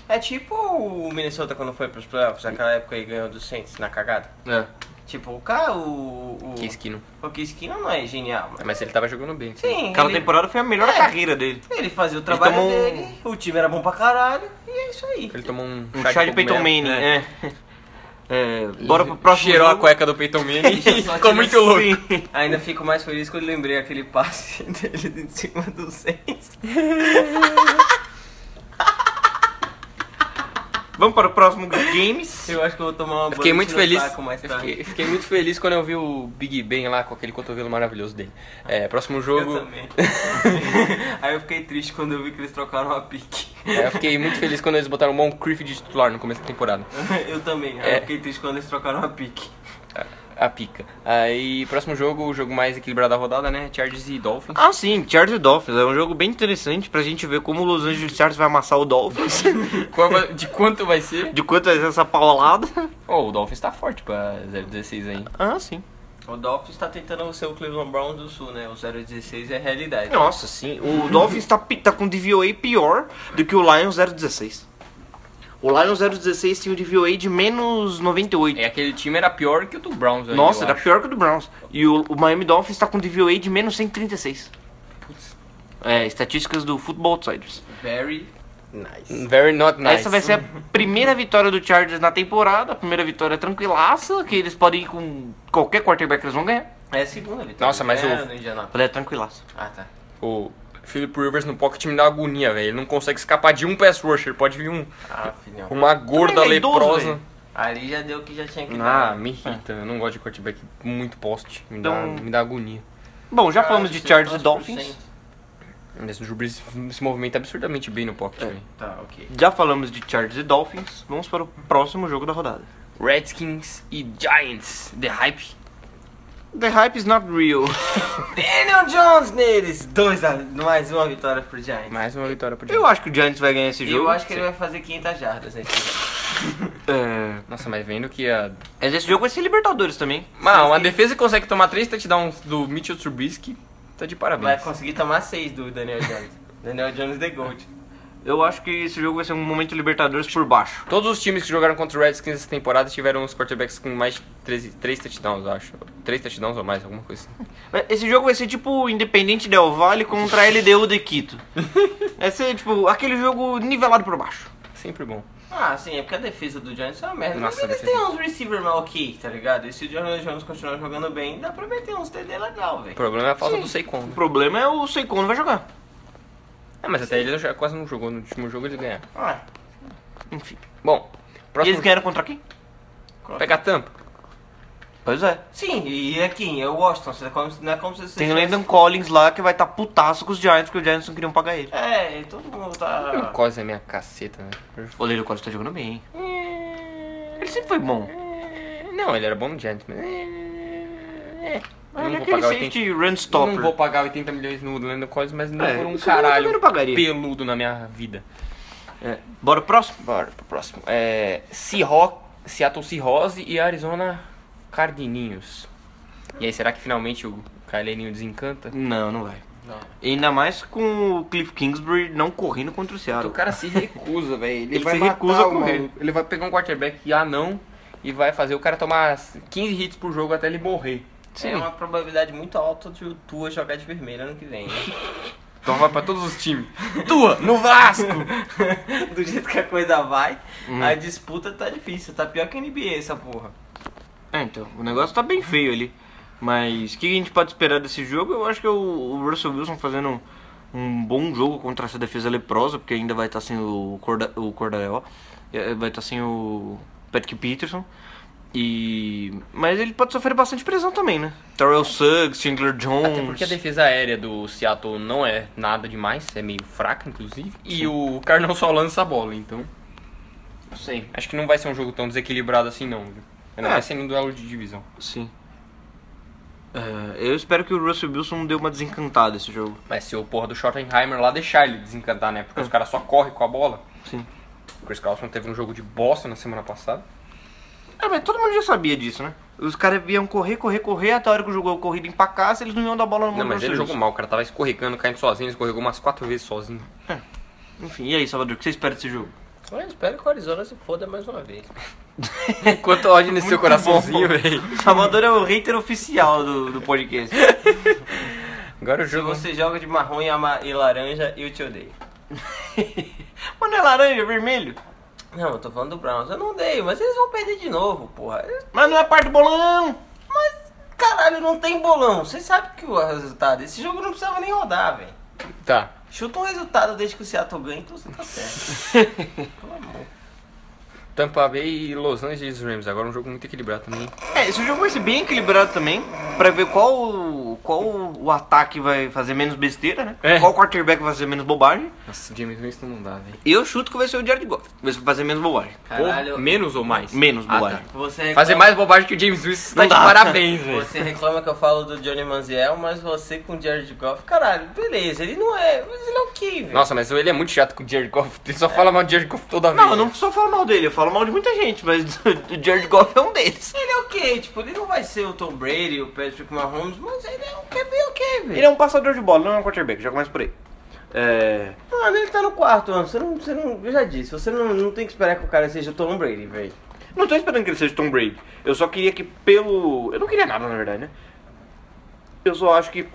Speaker 3: É tipo o Minnesota quando foi pros playoffs, naquela época ele ganhou do Saints na cagada.
Speaker 2: É.
Speaker 3: Tipo, o cara, o. O,
Speaker 1: Que esquino.
Speaker 3: o Kiskino não é genial, mano.
Speaker 1: Mas ele tava jogando bem.
Speaker 3: Sim,
Speaker 2: Aquela
Speaker 3: ele,
Speaker 2: temporada foi a melhor
Speaker 3: É.
Speaker 2: carreira dele.
Speaker 3: ele fazia o trabalho
Speaker 2: tomou um-
Speaker 3: dele, o time era bom pra caralho, e é isso aí.
Speaker 1: Ele tomou um,
Speaker 2: Um chá de Peyton
Speaker 1: cogumelo.
Speaker 2: Manning. É. É, Bora pro próximo
Speaker 1: Cheirou a
Speaker 2: jogo.
Speaker 1: cueca do Peyton Manning um
Speaker 3: Deixa eu
Speaker 1: e
Speaker 3: só
Speaker 1: ficou
Speaker 3: te
Speaker 1: muito
Speaker 3: ver-
Speaker 1: louco.
Speaker 2: Sim.
Speaker 3: Ainda fico mais feliz quando lembrei aquele passe dele em cima do Saints.
Speaker 2: Vamos para o próximo Games.
Speaker 3: Eu acho que eu vou tomar uma
Speaker 1: Eu fiquei
Speaker 3: bullet
Speaker 1: muito
Speaker 3: no
Speaker 1: feliz.
Speaker 3: saco mais
Speaker 1: eu
Speaker 3: tarde.
Speaker 1: fiquei, fiquei muito feliz quando eu vi o Big Ben lá com aquele cotovelo maravilhoso dele. É, próximo
Speaker 3: Eu
Speaker 1: jogo.
Speaker 3: também. Aí eu fiquei triste quando eu vi que eles trocaram a pique.
Speaker 1: é, eu fiquei muito feliz quando eles botaram o Moncrief de titular no começo da temporada.
Speaker 3: Eu também. Aí
Speaker 1: É.
Speaker 3: eu fiquei triste quando eles trocaram a pique.
Speaker 1: A pica. Aí, próximo jogo, o jogo mais equilibrado da rodada, né? Chargers e Dolphins.
Speaker 2: Ah, sim, Chargers e Dolphins. É um jogo bem interessante pra gente ver como o Los Angeles Chargers vai amassar o Dolphins.
Speaker 1: Qual vai- de quanto vai ser?
Speaker 2: De quanto vai ser essa paulada.
Speaker 1: Oh, o Dolphins tá forte pra 016 aí.
Speaker 2: Ah, sim.
Speaker 3: O Dolphins tá tentando ser o Cleveland Browns do Sul, né? O 016 é realidade.
Speaker 2: Nossa, sim. O Dolphins tá, pi- tá com DVOA pior do que o Lions 016. O Lions 016 tinha um DVOA de menos 98.
Speaker 1: É, aquele time era pior que o do Browns. ainda,
Speaker 2: Nossa,
Speaker 1: eu
Speaker 2: era
Speaker 1: acho.
Speaker 2: pior que o do Browns. E o, o Miami Dolphins tá com DVOA de menos 136.
Speaker 1: Putz.
Speaker 2: É, estatísticas do Football Outsiders.
Speaker 3: Barry. Nice.
Speaker 1: Very not nice.
Speaker 2: Essa vai ser a primeira vitória do Chargers na temporada. A primeira vitória tranquilaça, que eles podem ir com qualquer quarterback que eles vão ganhar.
Speaker 3: É a segunda vitória.
Speaker 1: Nossa, mas
Speaker 3: é,
Speaker 1: o-
Speaker 3: no Indianapolis.
Speaker 2: Ela é tranquilaça.
Speaker 3: Ah, tá.
Speaker 1: O Philip Rivers no pocket me dá agonia, velho. Ele não consegue escapar de um pass rusher. Pode vir um,
Speaker 3: Ah, filhão.
Speaker 1: uma gorda
Speaker 2: ele é idoso,
Speaker 1: leprosa.
Speaker 2: velho. É.
Speaker 3: Ali já deu o que já tinha que
Speaker 1: Ah,
Speaker 3: dar.
Speaker 1: me irrita. Eu não gosto de quarterback muito poste. Me,
Speaker 2: Então-
Speaker 1: dá, me dá agonia.
Speaker 2: Bom, já
Speaker 3: Cara,
Speaker 2: falamos de
Speaker 3: você
Speaker 2: Chargers e
Speaker 3: torce
Speaker 2: Dolphins.
Speaker 3: pro Saints.
Speaker 1: Mas o Drew Brees se movimenta absurdamente bem no
Speaker 2: É.
Speaker 1: pocket, velho.
Speaker 3: Tá, ok.
Speaker 2: Já falamos de Chargers e Dolphins. Vamos para o próximo jogo da rodada.
Speaker 1: Redskins e Giants. The hype.
Speaker 2: The hype is not real.
Speaker 3: Daniel Jones neles! Dois a... Mais uma vitória pro Giants.
Speaker 1: Mais uma vitória pro
Speaker 2: Eu
Speaker 1: Giants.
Speaker 2: acho que o Giants vai ganhar esse
Speaker 3: Eu
Speaker 2: jogo.
Speaker 3: acho que ele vai fazer 500 jardas nesse jogo.
Speaker 2: É...
Speaker 1: Nossa, mas vendo que a...
Speaker 2: Mas esse jogo vai ser Libertadores também.
Speaker 1: Mano, uma defesa que consegue tomar três touchdowns do Mitchell Trubisky, tá de
Speaker 3: Vai
Speaker 1: parabéns.
Speaker 3: conseguir tomar 6 do Daniel Jones. Daniel Jones the Gold.
Speaker 2: Eu acho que esse jogo vai ser um momento Libertadores por baixo.
Speaker 1: Todos os times que jogaram contra o Redskins essa temporada tiveram os quarterbacks com mais de 13, 3 touchdowns, eu acho. 3 touchdowns ou mais, alguma coisa assim.
Speaker 2: Mas Esse jogo vai ser tipo Independente Del Valle contra a LDU de Quito. Vai ser tipo aquele jogo nivelado por baixo.
Speaker 1: Sempre bom.
Speaker 3: Ah, sim, é porque a defesa do Giants é uma merda.
Speaker 1: Nossa,
Speaker 3: Mas
Speaker 1: a
Speaker 3: eles
Speaker 1: defesa-
Speaker 3: têm uns receiver mal aqui, tá ligado? E se o Daniel Jones continuar jogando bem, dá pra meter uns TD legal,
Speaker 1: O
Speaker 3: velho.
Speaker 1: problema é a falta
Speaker 2: Sim.
Speaker 1: do Saquon.
Speaker 2: O problema é o Seikon não vai jogar.
Speaker 1: É, mas até ele já quase não jogou. No último jogo ele ganhar.
Speaker 3: Ah,
Speaker 2: Enfim.
Speaker 1: Bom,
Speaker 2: E
Speaker 1: próximo
Speaker 2: eles ganharam contra quem?
Speaker 1: Pega a tampa.
Speaker 2: Pois é.
Speaker 3: Sim, e é quem? É o Washington. Você- como- Não é como se você
Speaker 2: Tem o
Speaker 3: tivesse-
Speaker 2: Landon Collins lá que vai estar tá putaço com os Giants, porque os Giants não queriam pagar ele.
Speaker 3: É, e todo mundo tá.
Speaker 1: Cosme é minha caceta, né?
Speaker 2: O Landon Collins tá jogando bem, hein? Ele sempre foi bom.
Speaker 1: É, Não, ele era bom no Giants, mas... é, Eu
Speaker 2: Ele é
Speaker 1: não, vou
Speaker 2: aquele
Speaker 1: pagar
Speaker 2: safety run
Speaker 1: 80... eu
Speaker 2: stopper.
Speaker 1: não vou pagar 80 milhões no Landon Collins, mas não
Speaker 2: É,
Speaker 1: por um
Speaker 2: isso eu também
Speaker 1: caralho
Speaker 2: não pagaria.
Speaker 1: peludo na minha vida.
Speaker 2: É. Bora pro próximo?
Speaker 1: Bora pro próximo. É, Seahawks, Seattle Seahawks e Arizona Cardininhos. E aí, será que finalmente o Kyleninho desencanta?
Speaker 2: Não, não vai.
Speaker 3: Não.
Speaker 2: Ainda mais com o Cliff Kingsbury não correndo contra o Seattle.
Speaker 1: O cara se recusa, velho. Ele,
Speaker 2: Ele
Speaker 1: vai
Speaker 2: se
Speaker 1: matar
Speaker 2: recusa a
Speaker 1: o
Speaker 2: correr.
Speaker 1: maluco. Ele vai pegar um quarterback ah não e vai fazer o cara tomar 15 hits por jogo até ele morrer.
Speaker 3: É uma probabilidade muito alta de o Tua jogar de vermelho ano que vem. né?
Speaker 1: Então vai pra todos os times. Tua, no Vasco!
Speaker 3: Do jeito que a coisa vai,
Speaker 2: Uhum.
Speaker 3: a disputa tá difícil. Tá pior que a NBA essa porra.
Speaker 2: É, então, o negócio tá bem feio ali. Mas o que a gente pode esperar desse jogo? Eu acho que é o, o Russell Wilson fazendo um, um bom jogo contra essa defesa leprosa, porque ainda vai estar sem o, Corda, o Cordarel, eh, vai estar sem o Patrick Peterson. E... Mas ele pode sofrer bastante pressão também, né? Terrell Suggs, Chandler
Speaker 1: Até porque a
Speaker 2: Jones.
Speaker 1: defesa aérea do Seattle não é nada demais, é meio fraca, inclusive. E o Carnal só lança a bola, então.
Speaker 2: Sim.
Speaker 1: Acho que não vai ser um jogo tão desequilibrado assim, não. viu? Ainda
Speaker 2: É.
Speaker 1: vai ser um duelo de divisão.
Speaker 2: Sim. É, eu espero que o Russell Wilson dê uma desencantada esse jogo.
Speaker 1: Mas se o porra do Schottenheimer lá deixar ele desencantar, né? Porque os caras só correm com a bola.
Speaker 2: Sim.
Speaker 1: O Chris Carlson teve um jogo de bosta na semana passada.
Speaker 2: É, mas todo mundo já sabia disso, né? Os caras iam correr, correr, correr, até a hora que o jogo a corrida empacasse, eles não iam dar bola no mão
Speaker 1: Não,
Speaker 2: do
Speaker 1: mas ele
Speaker 2: Russell
Speaker 1: jogou mal, o cara tava escorregando, caindo sozinho, escorregou umas quatro vezes sozinho.
Speaker 2: Wilson. Enfim, e aí, Salvador, o que você espera desse jogo?
Speaker 3: Eu espero que o Arizona se foda mais uma vez.
Speaker 1: Quanto ódio nesse seu
Speaker 2: Muito
Speaker 1: coraçãozinho,
Speaker 2: bom.
Speaker 1: velho.
Speaker 2: Salvador é o hater oficial do, do podcast.
Speaker 1: Agora o jogo.
Speaker 3: Você joga de marrom e, ama- e laranja e eu te odeio.
Speaker 2: Mas não é laranja, é vermelho?
Speaker 3: Não, eu tô falando do Browns. Eu não odeio, mas eles vão perder de novo, porra.
Speaker 2: Mas não é parte do bolão!
Speaker 3: Mas, caralho, não tem bolão. Você sabe que o resultado... Esse jogo não precisava nem rodar, velho.
Speaker 1: Tá.
Speaker 3: Chuta um resultado desde que o Seattle ganha, então você tá certo. Pelo amor.
Speaker 1: Tampa Bay e Los Angeles Rams. Agora um jogo muito equilibrado também.
Speaker 2: É, esse jogo vai ser bem equilibrado também, pra ver qual, o- qual o ataque vai fazer menos besteira, né?
Speaker 1: É.
Speaker 2: Qual quarterback vai fazer menos bobagem.
Speaker 1: Nossa, James Winston não dá, velho.
Speaker 2: Eu chuto que vai ser o Jared Goff, vai fazer menos bobagem.
Speaker 3: Caralho,
Speaker 1: Menos ou mais?
Speaker 2: Menos
Speaker 1: Ah,
Speaker 2: bobagem.
Speaker 1: tá.
Speaker 3: você reclama,
Speaker 1: Fazer mais bobagem que o James Winston tá
Speaker 2: Não
Speaker 1: de
Speaker 2: dá.
Speaker 1: parabéns, velho.
Speaker 3: Você reclama que eu falo do Johnny Manziel, mas você com o Jared Goff... Caralho, beleza, ele não é... Mas ele é ok, velho.
Speaker 1: Nossa, mas ele é muito chato com o Jared Goff. Ele só fala mal de Jared Goff toda vez.
Speaker 2: Não, eu não só falo mal dele, eu falo mal de muita gente, mas o Jared Goff é um deles.
Speaker 3: Ele é ok, tipo, ele não vai ser o Tom Brady, o Patrick Mahomes, mas ele é um QB ok, velho.
Speaker 2: Ele é um passador de bola, não é um quarterback, já começa por aí. É.
Speaker 3: Mano, ele tá no quarto, mano. Você não, você não, eu já disse, você não, não tem que esperar que o cara seja o Tom Brady, velho.
Speaker 2: Não tô esperando que ele seja Tom Brady. Eu só queria que pelo. Eu não queria nada, na verdade, né? Eu só acho que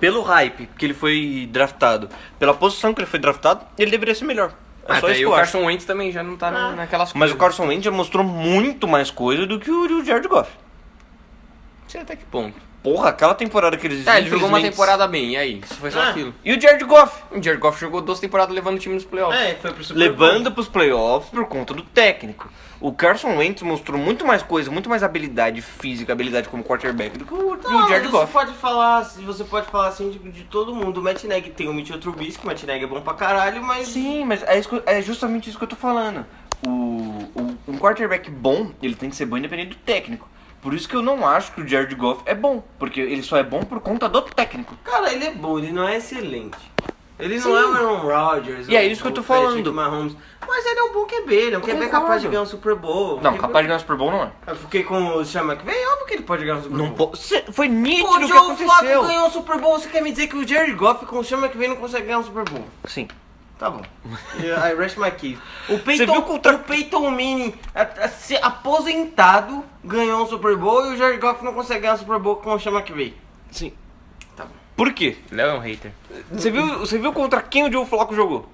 Speaker 2: pelo hype que ele foi draftado, pela posição que ele foi draftado, ele deveria ser melhor. É
Speaker 1: Ah,
Speaker 2: só
Speaker 1: tá,
Speaker 2: isso
Speaker 1: e
Speaker 2: que
Speaker 1: o
Speaker 2: eu acho.
Speaker 1: Carson Wentz também já não tá na-
Speaker 2: Ah.
Speaker 1: naquelas
Speaker 2: Mas o Carson Wentz já mostrou muito mais coisa do que o o Jared Goff.
Speaker 1: Não sei até que ponto.
Speaker 2: Porra, aquela temporada que eles
Speaker 1: Tá, ele jogou uma
Speaker 2: infelizmente-
Speaker 1: temporada bem, e aí? Isso foi só
Speaker 2: Ah,
Speaker 1: aquilo.
Speaker 2: E o Jared Goff?
Speaker 1: O Jared Goff jogou 12 temporadas levando o time nos playoffs.
Speaker 3: É, foi pro Super
Speaker 2: Levando pros playoffs por conta do técnico. O Carson Wentz mostrou muito mais coisa, muito mais habilidade física, habilidade como quarterback do que o, do
Speaker 3: Não,
Speaker 2: Jared
Speaker 3: mas
Speaker 2: Goff.
Speaker 3: Você pode falar, você pode falar assim de, de todo mundo. O Matt Neg tem o Mitchell Trubisky, o Matt Neg é bom pra caralho, mas
Speaker 2: Sim, mas é, isso que eu- é justamente isso que eu tô falando. O, o- um quarterback bom, ele tem que ser bom independente do técnico. Por isso que eu não acho que o Jared Goff é bom. Porque ele só é bom por conta do técnico.
Speaker 3: cara, ele é bom, ele não é excelente. Ele
Speaker 2: Sim.
Speaker 3: não é o Aaron Rodgers.
Speaker 2: E é
Speaker 3: o-
Speaker 2: isso que eu tô
Speaker 3: o Patrick
Speaker 2: falando.
Speaker 3: Mahomes, mas ele é um bom QB, ele é
Speaker 2: Eu
Speaker 3: um QB
Speaker 2: concordo.
Speaker 3: capaz de ganhar um Super Bowl.
Speaker 2: Não,
Speaker 3: Porque-
Speaker 2: capaz de ganhar Super Bowl não é.
Speaker 3: Eu fiquei com o Sean McVay, óbvio que ele pode ganhar um Super
Speaker 2: Não
Speaker 3: Bowl.
Speaker 2: po- Cê- Foi nítido
Speaker 3: O
Speaker 2: o que
Speaker 3: Joe
Speaker 2: aconteceu.
Speaker 3: Flacco ganhou um Super Bowl, você quer me dizer que o Jared Goff com o Sean McVay não consegue ganhar um Super Bowl?
Speaker 2: Sim.
Speaker 3: Tá bom. Yeah, I rest my case. O
Speaker 2: Você
Speaker 3: Peyton,
Speaker 2: viu o contra-
Speaker 3: o Peyton Manning, a- a- se aposentado, ganhou um Super Bowl e o Jared Goff não consegue ganhar um Super Bowl com o Chama que veio.
Speaker 2: Sim.
Speaker 3: Tá bom.
Speaker 2: Por quê?
Speaker 1: Léo é um hater.
Speaker 2: Você viu, você viu contra quem o Joe Flacco jogou?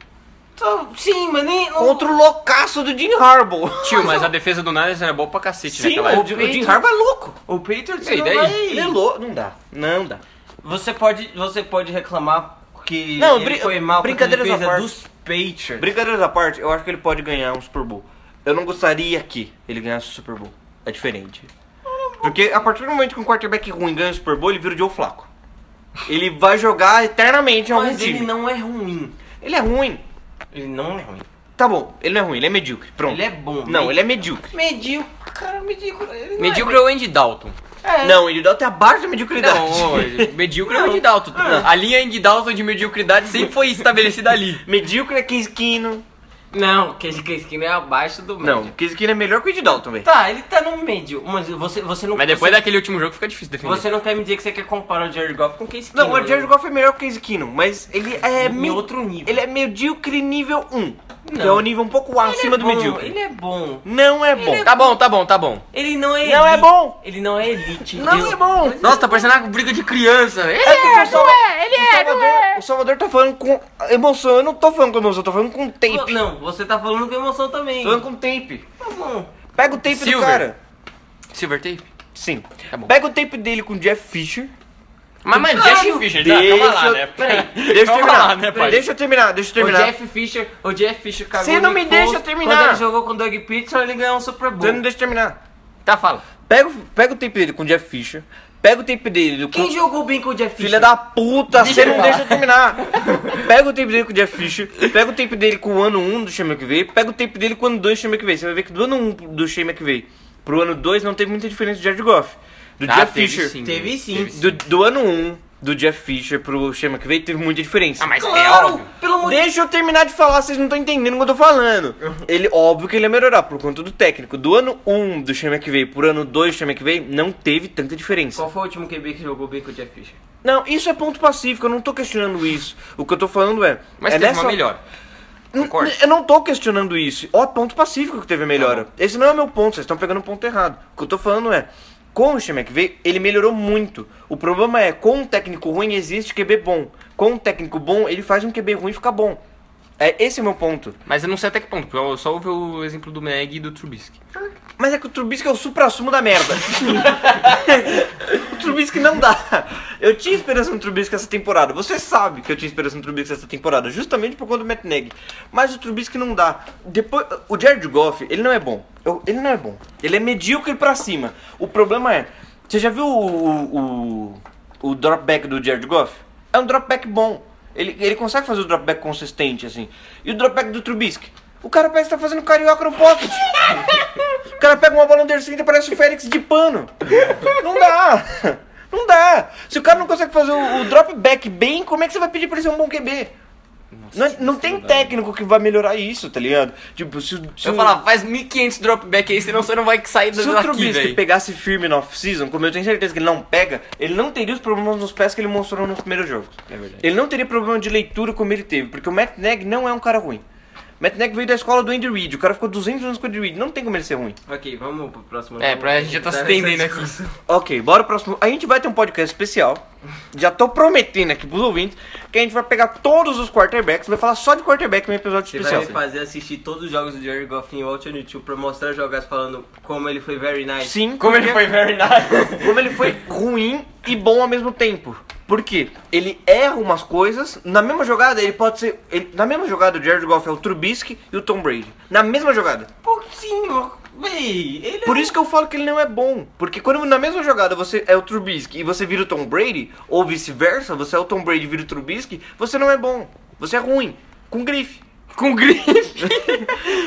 Speaker 3: Então, sim, mas nem.
Speaker 2: Contra o loucaço do Jim Harbaugh.
Speaker 1: Tio, mas a defesa do Niners era boa pra cacete
Speaker 2: Sim,
Speaker 1: naquela
Speaker 2: o,
Speaker 1: época.
Speaker 2: o Jim Harbaugh é louco.
Speaker 3: O, o Patriots
Speaker 1: E aí,
Speaker 3: não
Speaker 1: daí?
Speaker 3: vai-
Speaker 2: Ele é louco. Não dá. Não dá.
Speaker 3: Você pode, você pode reclamar que
Speaker 2: Não,
Speaker 3: ele
Speaker 2: brin-
Speaker 3: foi mal porque
Speaker 2: brincadeiras
Speaker 3: ele fez
Speaker 2: à
Speaker 3: a
Speaker 2: parte.
Speaker 3: dos Patriots.
Speaker 2: Brincadeiras à parte, eu acho que ele pode ganhar um Super Bowl. Eu não gostaria que ele ganhasse o Super Bowl. É diferente. Porque a partir do momento que um quarterback ruim ganha o Super Bowl, ele vira o Joe Flaco. Ele vai jogar eternamente em algum
Speaker 3: mas
Speaker 2: time.
Speaker 3: ele não é ruim.
Speaker 2: Ele é ruim.
Speaker 3: Ele não é ruim.
Speaker 2: Tá bom, ele não é ruim, ele é medíocre. Pronto.
Speaker 3: Ele é bom.
Speaker 2: Não, ele é medíocre.
Speaker 3: Medíocre. Cara, medíocre. Ele não
Speaker 1: Medíocre é o Andy Dalton.
Speaker 3: É,
Speaker 2: Não, ele dá até a base da mediocridade.
Speaker 1: Não, ô, medíocre é o Andy Dalton.
Speaker 2: Ah.
Speaker 1: A linha Andy Dalton de mediocridade sempre foi estabelecida ali.
Speaker 2: Medíocre é Case Keenum.
Speaker 3: Não, que que- que nem é abaixo do médio.
Speaker 2: Não, Case Keenum é melhor que o Ed Dalton, velho.
Speaker 3: Tá, ele tá no médio, mas você, você não
Speaker 1: Mas depois
Speaker 3: você,
Speaker 1: daquele último jogo fica difícil defender.
Speaker 3: você não quer me dizer que você quer comparar o Jared Goff com o Case
Speaker 2: Não,
Speaker 3: Keenum,
Speaker 2: o Jared
Speaker 3: né?
Speaker 2: Goff é melhor que o Case Keenum, mas ele é...
Speaker 3: Em
Speaker 2: me-
Speaker 3: outro nível.
Speaker 2: Ele é medíocre nível 1. Que
Speaker 3: Não.
Speaker 2: é o nível um pouco
Speaker 3: Ele
Speaker 2: acima
Speaker 3: é
Speaker 2: do
Speaker 3: bom,
Speaker 2: medíocre.
Speaker 3: Ele é bom.
Speaker 2: Não é bom.
Speaker 1: Tá bom, tá bom, tá bom.
Speaker 3: Ele não é
Speaker 2: Não é
Speaker 3: elite.
Speaker 2: bom.
Speaker 3: Ele não é elite.
Speaker 2: Não
Speaker 3: ele-
Speaker 2: é bom.
Speaker 1: Nossa, tá parecendo uma briga de criança. velho.
Speaker 2: É porque o Salva- o Salvador, o Salvador tá falando com emoção. Eu não tô falando com emoção, eu tô falando com
Speaker 3: Vo-
Speaker 2: tape.
Speaker 3: Não, você tá falando com emoção também.
Speaker 2: Tô falando com tape.
Speaker 3: Tá bom.
Speaker 2: Pega o tape do
Speaker 1: Silver.
Speaker 2: cara.
Speaker 1: Silver Tape?
Speaker 2: Sim.
Speaker 1: Tá bom.
Speaker 2: Pega o tape dele com o Jeff Fisher.
Speaker 1: Mas,
Speaker 2: Ah,
Speaker 1: mano,
Speaker 3: Claro,
Speaker 1: Jeff Fisher, tá, calma lá, né?
Speaker 2: Deixa
Speaker 1: Calma
Speaker 2: eu terminar.
Speaker 1: lá, né, pai?
Speaker 2: Deixa eu terminar, deixa eu
Speaker 3: O
Speaker 2: terminar.
Speaker 3: Jeff Fisher, o Jeff Fisher cagou
Speaker 2: Você não
Speaker 3: no
Speaker 2: me
Speaker 3: Nick Foles.
Speaker 2: deixa terminar.
Speaker 3: Quando ele jogou com o Doug Peterson, ele ganhou um Super Bowl.
Speaker 2: Você não deixa eu terminar.
Speaker 1: Tá, fala.
Speaker 2: Pega, o- pega o tempo dele com o Jeff Fisher. Pega o tempo dele com.
Speaker 4: Quem jogou bem com o Jeff
Speaker 2: Filha
Speaker 4: Fisher?
Speaker 2: da puta,
Speaker 4: Deixa
Speaker 2: você
Speaker 4: ele
Speaker 2: não
Speaker 4: falar.
Speaker 2: deixa eu terminar. pega o tempo dele com o Jeff Fisher, pega o tempo dele com o ano 1 do Shane McVay, pega o tempo dele com o ano 2 do Shane McVay. Você vai ver que do ano 1 do Shane McVay pro ano 2 não teve muita diferença do Jared Goff. Do
Speaker 1: Ah,
Speaker 2: Jeff
Speaker 1: teve
Speaker 2: Fisher,
Speaker 1: sim.
Speaker 4: Teve sim.
Speaker 1: Teve sim.
Speaker 2: do, do ano 1 do Jeff Fisher pro Shane McVay teve muita diferença.
Speaker 1: Ah, mas é
Speaker 4: Claro,
Speaker 1: óbvio.
Speaker 4: pelo amor de
Speaker 2: Deixa eu terminar de falar, vocês não estão entendendo o que eu tô falando. Ele, óbvio que ele ia melhorar por conta do técnico. Do ano 1 do Shane McVay pro ano 2 do Shane McVay não teve tanta diferença.
Speaker 4: Qual foi o último QB que jogou bem com o Jeff Fisher?
Speaker 2: Não, isso é ponto pacífico, eu não tô questionando isso. O que eu tô falando é.
Speaker 1: Mas
Speaker 2: é
Speaker 1: teve
Speaker 2: nessa-
Speaker 1: uma melhor.
Speaker 2: N-
Speaker 1: Concordo.
Speaker 2: n- Eu não tô questionando isso. Ó, ponto pacífico que teve a melhora.
Speaker 1: Tá
Speaker 2: Esse não é o meu ponto, vocês estão pegando o ponto errado. O que eu tô falando é. Com o Shemek veio, ele melhorou muito. O problema é, com um técnico ruim existe QB bom. Com um técnico bom, ele faz um QB ruim ficar bom. É, esse é o meu ponto.
Speaker 1: Mas eu não sei até que ponto, porque eu só ouvi o exemplo do Meg e do Trubisky.
Speaker 2: Mas é que o Trubisky é o supra-sumo da merda. o Trubisky não dá. Eu tinha esperança no Trubisky essa temporada. Você sabe que eu tinha esperança no Trubisky essa temporada, justamente por conta do Matt Nagy. Mas o Trubisky não dá. Depois, o Jared Goff, ele não é bom. Eu- ele não é bom. Ele é medíocre pra cima. O problema é, você já viu o, o, o, o dropback do Jared Goff? É um dropback bom. Ele, ele consegue fazer o dropback consistente, assim. E o dropback do Trubisky? O cara parece que tá fazendo carioca no pocket. O cara pega uma bola undercenter e parece o Félix de pano. Não dá. Não dá. Se o cara não consegue fazer o, o drop back bem, como é que você vai pedir pra ele ser um bom QB? Não, é- não tem técnico que vai melhorar isso, tá ligado? Tipo, se, o- se
Speaker 1: eu
Speaker 2: o-
Speaker 1: falar, faz 1500 dropback aí, senão você não vai sair
Speaker 2: se
Speaker 1: do
Speaker 2: o
Speaker 1: daqui,
Speaker 2: Trubisky
Speaker 1: velho.
Speaker 2: pegasse firme na off-season, como eu tenho certeza que ele não pega, ele não teria os problemas nos pés que ele mostrou nos primeiros jogos.
Speaker 1: É verdade.
Speaker 2: Ele não teria problema de leitura como ele teve, porque o Matt Neg não é um cara ruim. Matt Neg veio da escola do Andy Reid, o cara ficou 200 anos com o Andy Reid, não tem como ele ser ruim.
Speaker 4: Ok, vamos pro próximo.
Speaker 1: É, pra a gente já tá se estendendo aqui.
Speaker 2: Ok, bora pro próximo. A gente vai ter um podcast especial. Já tô prometendo aqui pros ouvintes que a gente vai pegar todos os quarterbacks, vai falar só de quarterback no episódio
Speaker 4: Você vai
Speaker 2: especial.
Speaker 4: me fazer assistir todos os jogos do Jerry Goff em Watch on YouTube pra mostrar jogadas falando como ele foi very nice.
Speaker 2: Sim,
Speaker 1: Como ele
Speaker 2: porque-
Speaker 1: foi very nice.
Speaker 2: como ele foi ruim e bom ao mesmo tempo. Por quê? Ele erra umas coisas, na mesma jogada ele pode ser. ele- na mesma jogada o Jared Goff é o Trubisky e o Tom Brady. Na mesma jogada.
Speaker 4: Pouquinho, véi. Ele
Speaker 1: Então.
Speaker 2: Por
Speaker 4: é...
Speaker 2: isso que eu falo que ele não é bom. Porque quando na mesma jogada você é o Trubisky e você vira o Tom Brady, ou vice-versa, você é o Tom Brady e vira o Trubisky, você não é bom. Você é ruim. Com grife.
Speaker 1: Com grife.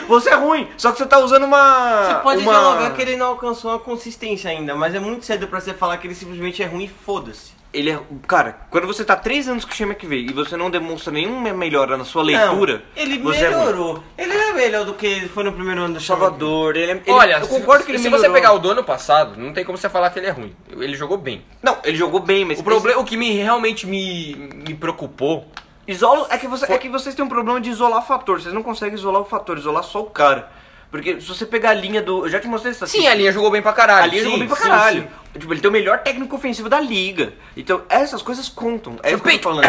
Speaker 2: Você é ruim, só que você tá usando uma.
Speaker 4: Você é- pode
Speaker 2: uma...
Speaker 4: dialogar que ele não alcançou uma consistência ainda, mas é muito cedo pra você falar que ele simplesmente é ruim e foda-se.
Speaker 2: Ele é. Cara, quando você tá três anos com o Chama que veio e você não demonstra nenhuma melhora na sua leitura.
Speaker 4: Não, ele
Speaker 2: você é ruim.
Speaker 4: melhorou. ele é melhor do que ele foi no primeiro ano do Salvador.
Speaker 2: Salvador, ele, é- ele
Speaker 1: Olha,
Speaker 2: eu concordo que ele
Speaker 1: se
Speaker 2: melhorou.
Speaker 1: você pegar o do ano passado, não tem como você falar que ele é ruim. Ele jogou bem.
Speaker 2: Não, ele jogou bem, mas
Speaker 1: O, problema, o que me, realmente me, me preocupou
Speaker 2: Isola, é que, você, é que vocês têm um problema de isolar fator, vocês não conseguem isolar o fator, isolar só o cara. Porque se você pegar a linha do. Eu já te mostrei essa
Speaker 1: Sim, a linha jogou bem pra caralho.
Speaker 2: A linha
Speaker 1: sim,
Speaker 2: jogou bem pra
Speaker 1: sim,
Speaker 2: caralho.
Speaker 1: sim.
Speaker 2: Tipo, ele tem o melhor técnico ofensivo da liga. Então, essas coisas contam. É isso que eu tô falando.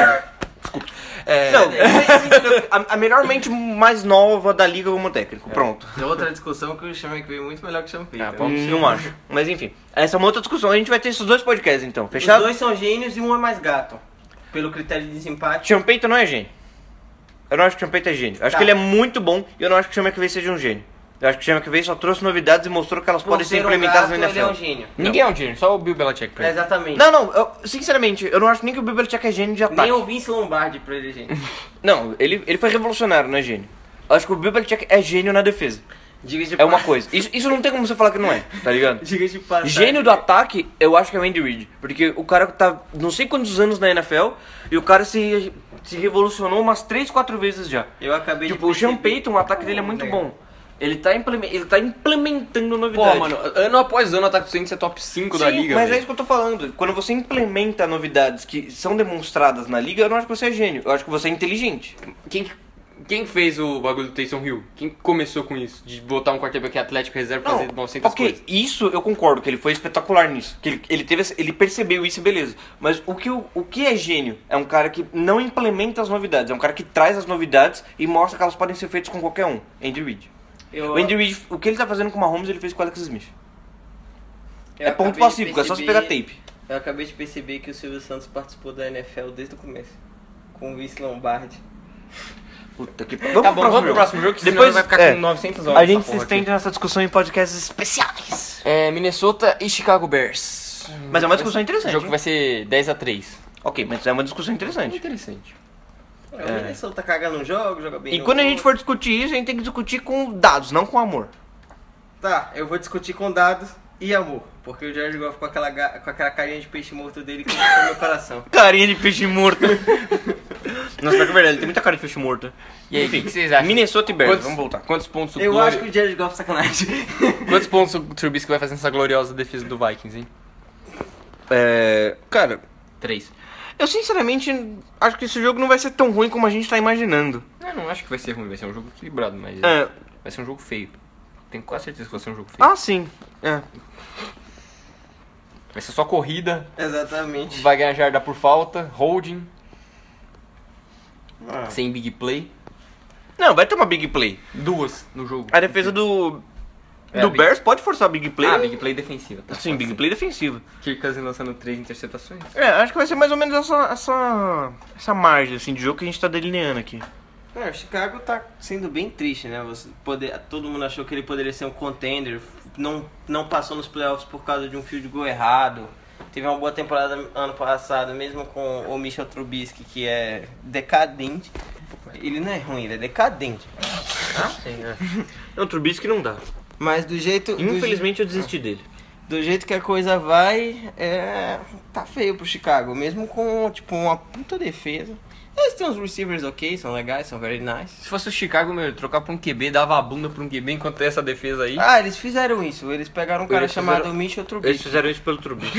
Speaker 1: É,
Speaker 2: Não, vocês entenderam? é, a, a melhor mente mais nova da liga como técnico. Pronto.
Speaker 4: É outra discussão que o Chama que veio muito melhor que o Champeta.
Speaker 3: Tá
Speaker 1: Ah, bom.
Speaker 4: Os
Speaker 2: Hum, Não acho. Mas enfim, essa é uma outra discussão. A gente vai ter esses dois podcasts então, fechado?
Speaker 4: dois são gênios e um é mais gato. Pelo critério de desempate.
Speaker 2: Champeito não é gênio. Eu não acho que o Champeito é gênio. Eu acho
Speaker 4: Tá.
Speaker 2: que ele é muito bom e eu não acho que o Chama que seja um gênio. Eu acho que o Chama que só trouxe novidades e mostrou que elas
Speaker 4: por
Speaker 2: podem ser
Speaker 4: ser um
Speaker 2: implementadas
Speaker 4: gato, Ele
Speaker 2: na NFL.
Speaker 4: é um gênio.
Speaker 1: Ninguém é um gênio, só o Bill Belichick pra ele.
Speaker 4: Exatamente.
Speaker 2: Não, não, eu- sinceramente, eu não acho nem que o Belichick é gênio de ataque.
Speaker 4: Nem o Vince Lombardi pra ele, é gente.
Speaker 2: Não, ele, ele foi revolucionário, não é gênio. Eu acho que o Belichick é gênio na defesa.
Speaker 4: Diga de
Speaker 2: É uma coisa. Isso, isso não tem como você falar que não é, tá ligado?
Speaker 4: Diga de passagem.
Speaker 2: Gênio do ataque, eu acho que é o Andy Reid. Porque o cara tá não sei quantos anos na NFL e o cara se, se revolucionou umas 3, 4 vezes já.
Speaker 4: Eu acabei
Speaker 2: Tipo,
Speaker 4: de
Speaker 2: o Sean
Speaker 4: perceber.
Speaker 2: Payton, o ataque dele é muito
Speaker 4: né?
Speaker 2: bom. Ele tá, implemen- ele tá implementando
Speaker 1: Pô,
Speaker 2: novidade.
Speaker 1: mano, ano após ano o Ataque do Saints é top 5 da
Speaker 2: Sim,
Speaker 1: liga.
Speaker 2: mas
Speaker 1: velho.
Speaker 2: é isso que eu tô falando. Quando você implementa novidades que são demonstradas na liga, eu não acho que você é gênio. Eu acho que você é inteligente.
Speaker 1: Quem, quem fez o bagulho do Taysom Hill? Quem começou com isso? De botar um quarterback atlético reserva e fazer 900
Speaker 2: ok,
Speaker 1: coisas?
Speaker 2: isso eu concordo, que ele foi espetacular nisso. Que ele, ele teve, esse- ele percebeu isso, beleza. Mas o que, o, o que é gênio? É um cara que não implementa as novidades, é um cara que traz as novidades e mostra que elas podem ser feitas com qualquer um. Andy Reid.
Speaker 4: Eu-
Speaker 2: O Andy Reid, o que ele tá fazendo com o Mahomes, ele fez com o Alex Smith.
Speaker 4: eu
Speaker 2: é ponto
Speaker 4: acabei de
Speaker 2: pacífico, é só você
Speaker 4: perceber-
Speaker 2: pegar tape.
Speaker 4: Eu acabei de perceber que o Silvio Santos participou da NFL desde o começo. Com o Vince Lombardi.
Speaker 2: Puta que Tá Vamos, pro
Speaker 1: Tá vamos pro próximo jogo, que senão vai ficar
Speaker 2: é,
Speaker 1: com 900 horas.
Speaker 2: A gente
Speaker 1: essa
Speaker 2: se
Speaker 1: porra aqui.
Speaker 2: estende nessa discussão em podcasts especiais.
Speaker 1: É, Minnesota e Chicago Bears.
Speaker 2: Mas é uma discussão interessante,
Speaker 1: O jogo
Speaker 2: hein?
Speaker 1: vai ser 10 a 3
Speaker 2: Ok, mas é uma discussão interessante.
Speaker 1: Interessante.
Speaker 3: É, o Minnesota
Speaker 4: tá
Speaker 3: cagando um jogo, joga bem.
Speaker 2: E
Speaker 3: no
Speaker 2: quando a
Speaker 3: outro.
Speaker 2: gente for discutir isso, a gente tem que discutir com dados, não com amor.
Speaker 3: Tá, eu vou discutir com dados e amor. Porque o Jared Goff com aquela, ga- com aquela carinha de peixe morto dele conquistou meu coração.
Speaker 2: Carinha de peixe morto. Nossa, mas é verdade, ele tem muita cara de peixe morto.
Speaker 1: E aí, o que, que vocês acham?
Speaker 2: Minnesota e Bears,
Speaker 1: Quantos-
Speaker 2: vamos voltar.
Speaker 1: Quantos pontos, o
Speaker 3: Eu
Speaker 1: Glória-
Speaker 3: acho que o Jared
Speaker 2: é
Speaker 3: Goff sacanagem.
Speaker 1: quantos pontos o Trubisky vai fazer nessa gloriosa defesa do Vikings, hein?
Speaker 2: É. Cara,
Speaker 1: 3.
Speaker 2: eu sinceramente acho que esse jogo não vai ser tão ruim como a gente tá imaginando.
Speaker 1: Eu não acho que vai ser ruim, vai ser um jogo equilibrado, mas
Speaker 2: É.
Speaker 1: vai ser um jogo feio. Tenho quase certeza que vai ser um jogo feio.
Speaker 2: Ah, sim. É.
Speaker 1: Vai ser só corrida,
Speaker 3: Exatamente.
Speaker 1: vai ganhar jarda por falta, holding,
Speaker 3: Ah.
Speaker 1: sem big play.
Speaker 2: Não, vai ter uma big play.
Speaker 1: Duas no jogo.
Speaker 2: A defesa do.
Speaker 1: É,
Speaker 2: do
Speaker 1: big-
Speaker 2: Bears pode forçar a big play.
Speaker 1: Ah, big play defensiva. Tá,
Speaker 2: Sim, big
Speaker 1: Pode
Speaker 2: play defensiva.
Speaker 1: ser. Kirk Cousins lançando três interceptações.
Speaker 2: É, acho que vai ser mais ou menos essa, essa, essa margem assim, de jogo que a gente tá delineando aqui.
Speaker 3: É, o Chicago tá sendo bem triste, né? Você poder, todo mundo achou que ele poderia ser um contender, não, não passou nos playoffs por causa de um field goal errado. Teve uma boa temporada ano passado, mesmo com o Michel Trubisky, que é decadente. Ele não é ruim, ele é decadente.
Speaker 2: Não, É, Trubisky não dá.
Speaker 3: Mas do jeito, do, je-
Speaker 2: Infelizmente eu desisti dele.
Speaker 3: do jeito que a coisa vai, é, tá feio pro Chicago, mesmo com tipo uma puta defesa. Eles têm uns receivers ok, são legais, são very nice.
Speaker 1: Se fosse o Chicago, meu, trocar pra um QB, dava a bunda pra um QB enquanto essa defesa aí.
Speaker 3: Ah, eles fizeram isso. Eles pegaram um cara
Speaker 2: Eles
Speaker 3: chamado
Speaker 2: fizeram-
Speaker 3: Michel
Speaker 2: Eles
Speaker 3: Trubisky.
Speaker 2: fizeram isso pelo Trubisky.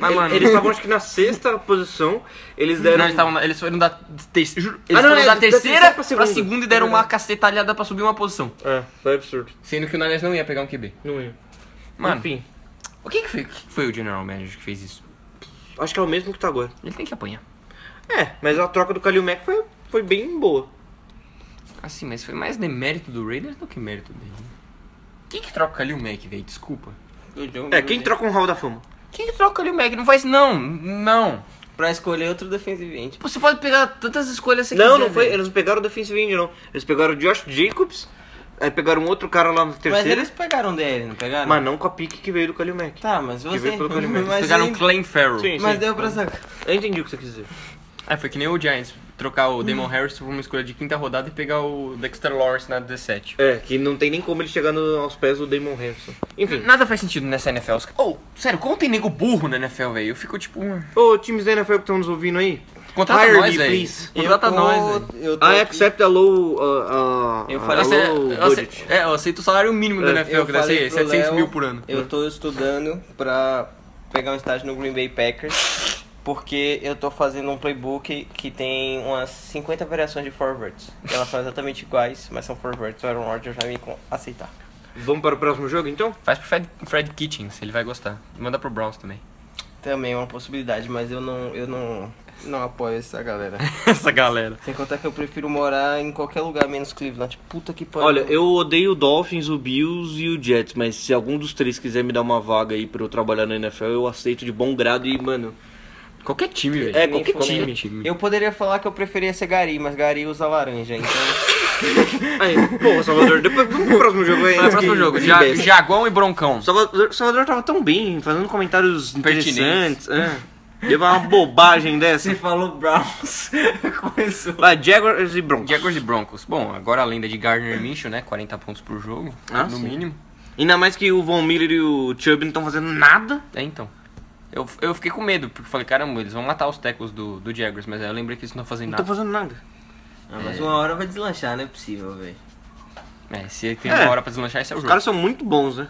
Speaker 1: Mas, mano,
Speaker 2: Eles estavam acho que na sexta posição, eles
Speaker 1: Não,
Speaker 2: deram.
Speaker 1: eles, tavam na- eles foram da, terceira, juro, eles
Speaker 2: né? Ah, não,
Speaker 1: foram
Speaker 2: é,
Speaker 1: da
Speaker 2: da
Speaker 1: terceira
Speaker 2: terceira
Speaker 1: pra
Speaker 2: pra
Speaker 1: segunda,
Speaker 2: segunda
Speaker 1: e deram
Speaker 2: É
Speaker 1: uma
Speaker 2: verdade.
Speaker 1: cacetalhada pra subir uma posição.
Speaker 2: É, foi absurdo.
Speaker 1: Sendo que o Niners não ia pegar um QB.
Speaker 2: Não ia.
Speaker 1: Mano,
Speaker 2: Enfim,
Speaker 1: o que, que foi, que foi o General Manager que fez isso?
Speaker 2: acho que é o mesmo que tá agora.
Speaker 1: Ele tem que apanhar.
Speaker 2: É, mas a troca do Kalil Mack foi, foi bem boa.
Speaker 1: Assim, mas foi mais demérito do Raiders do que mérito dele. Quem que troca ali o Mac, velho? Desculpa.
Speaker 2: É, quem troca um hall da fama?
Speaker 1: Quem que troca ali o Mac? Não faz não, não.
Speaker 3: Pra escolher outro defensive end.
Speaker 1: Você pode pegar tantas escolhas que você
Speaker 2: Não,
Speaker 1: quiser,
Speaker 2: não foi.
Speaker 1: velho.
Speaker 2: Eles não pegaram o defensive end, não. Eles pegaram o Josh Jacobs, aí pegaram um outro cara lá no
Speaker 3: Mas
Speaker 2: terceiro.
Speaker 3: eles pegaram dele, não pegaram?
Speaker 2: Mas Ah, não com a pique que veio do Kalil Mack.
Speaker 3: Tá, mas
Speaker 2: Que
Speaker 3: você...
Speaker 2: veio pelo Coleman.
Speaker 1: Eles
Speaker 3: mas,
Speaker 1: pegaram o
Speaker 3: ainda-
Speaker 1: Clayton Farrell.
Speaker 2: Sim,
Speaker 3: mas
Speaker 2: sim.
Speaker 3: deu pra sacar.
Speaker 2: Eu entendi o que você quis dizer.
Speaker 1: Ah, foi que nem o Giants trocar o Damon Harris por uma escolha de quinta rodada e pegar o Dexter Lawrence na 17.
Speaker 2: É, que não tem nem como ele chegar no- aos pés do Damon Harrison. Enfim.
Speaker 1: Nada faz sentido nessa NFL. Os ca- Ô, sério, como tem nego burro na NFL, velho? Eu fico tipo. hum.
Speaker 2: Ô, times da NFL que estão nos ouvindo aí.
Speaker 1: Contrata
Speaker 2: Hire
Speaker 1: nós,
Speaker 2: me,
Speaker 1: velho.
Speaker 2: please.
Speaker 1: Contrata
Speaker 3: Eu tô-
Speaker 1: nós, velho.
Speaker 3: Eu tô
Speaker 2: I
Speaker 3: aqui-
Speaker 2: accept a low. Uh, uh,
Speaker 3: Eu
Speaker 2: a
Speaker 3: falei-
Speaker 1: Ace-
Speaker 2: low
Speaker 1: eu ace-
Speaker 2: budget.
Speaker 1: é, eu aceito o salário mínimo da
Speaker 2: É,
Speaker 1: NFL,
Speaker 3: eu
Speaker 1: que deve
Speaker 3: falei
Speaker 1: ser
Speaker 3: pro
Speaker 1: 700
Speaker 3: Léo,
Speaker 1: mil por ano.
Speaker 3: Eu tô estudando pra pegar um estágio no Green Bay Packers. Porque eu tô fazendo um playbook que tem umas 50 variações de forwards. Elas são exatamente iguais, mas são forwards. O Aaron Rodgers vai me con- aceitar.
Speaker 2: Vamos para o próximo jogo então?
Speaker 1: Faz pro Fred, Fred Kitchens, ele vai gostar. Manda pro Browns também.
Speaker 3: Também é uma possibilidade, mas eu não, eu não, não apoio essa galera.
Speaker 1: Essa galera.
Speaker 3: Sem contar que eu prefiro morar em qualquer lugar menos Cleveland. Puta que pariu.
Speaker 2: Olha, eu odeio o Dolphins, o Bills e o Jets, mas se algum dos três quiser me dar uma vaga aí pra eu trabalhar na NFL, eu aceito de bom grado e, mano.
Speaker 1: Qualquer time, velho.
Speaker 2: É, qualquer
Speaker 3: foi
Speaker 2: time.
Speaker 3: Eu poderia falar que eu preferia ser Gari, mas Gari usa laranja, então.
Speaker 2: Aí, porra, Salvador, depois vamos pro próximo jogo aí. é
Speaker 1: Vai, próximo jogo. Ja-
Speaker 2: Besta.
Speaker 1: Jaguão e Broncão.
Speaker 2: Salvador, Salvador tava tão bem, fazendo comentários
Speaker 1: Pertinentes.
Speaker 2: interessantes. É. Levar uma bobagem dessa.
Speaker 3: falou Browns. Começou.
Speaker 2: Lá, Jaguars e Broncos.
Speaker 1: Jaguars e Broncos. Bom, agora a lenda de Gardner Minshew, né? 40 pontos por jogo,
Speaker 2: Ah,
Speaker 1: no
Speaker 2: sim.
Speaker 1: mínimo.
Speaker 2: Ainda mais que o Von Miller e o Chubb não estão fazendo nada.
Speaker 1: É, então. Eu, eu fiquei com medo, porque eu falei, caramba, eles vão matar os tackles do, do Jaguars, mas aí eu lembrei que eles não fazem
Speaker 2: Não estão
Speaker 1: nada.
Speaker 2: fazendo nada.
Speaker 3: Ah, mas uma hora vai deslanchar, não é possível, velho.
Speaker 1: É, se tem
Speaker 2: É.
Speaker 1: uma hora pra deslanchar, esse é o
Speaker 2: Os
Speaker 1: jogo.
Speaker 2: caras são muito bons, né?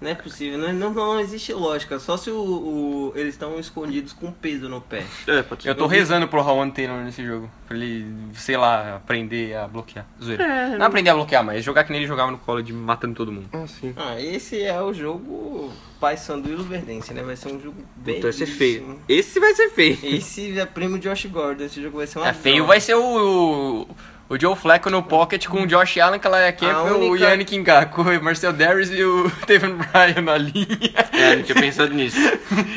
Speaker 3: Não é possível, não, não, não existe lógica. Só se o, o- eles estão escondidos com peso no pé.
Speaker 2: É, pode ser.
Speaker 1: Eu tô rezando pro Rawan Taylor nesse jogo. Pra ele, sei lá, aprender a bloquear. Zoeira.
Speaker 2: É,
Speaker 1: não
Speaker 2: não-
Speaker 1: aprender a bloquear, mas jogar que nem ele jogava no college, matando todo mundo.
Speaker 2: Ah, sim.
Speaker 3: Ah, esse é o jogo Pai Sandu e Luverdense, né? Vai ser um jogo bem.
Speaker 2: Então vai ser feio. Esse vai ser feio.
Speaker 3: Esse é primo de Josh Gordon, esse jogo vai ser uma
Speaker 1: É, feio
Speaker 3: droga.
Speaker 1: vai ser o, o, O Joe Flacco no pocket com o Josh Allen, Calaya Campbell, o
Speaker 3: única-
Speaker 1: Yannick Ngaku, o Marcel Darius e o Steven Bryan na linha.
Speaker 2: É, não tinha pensado nisso.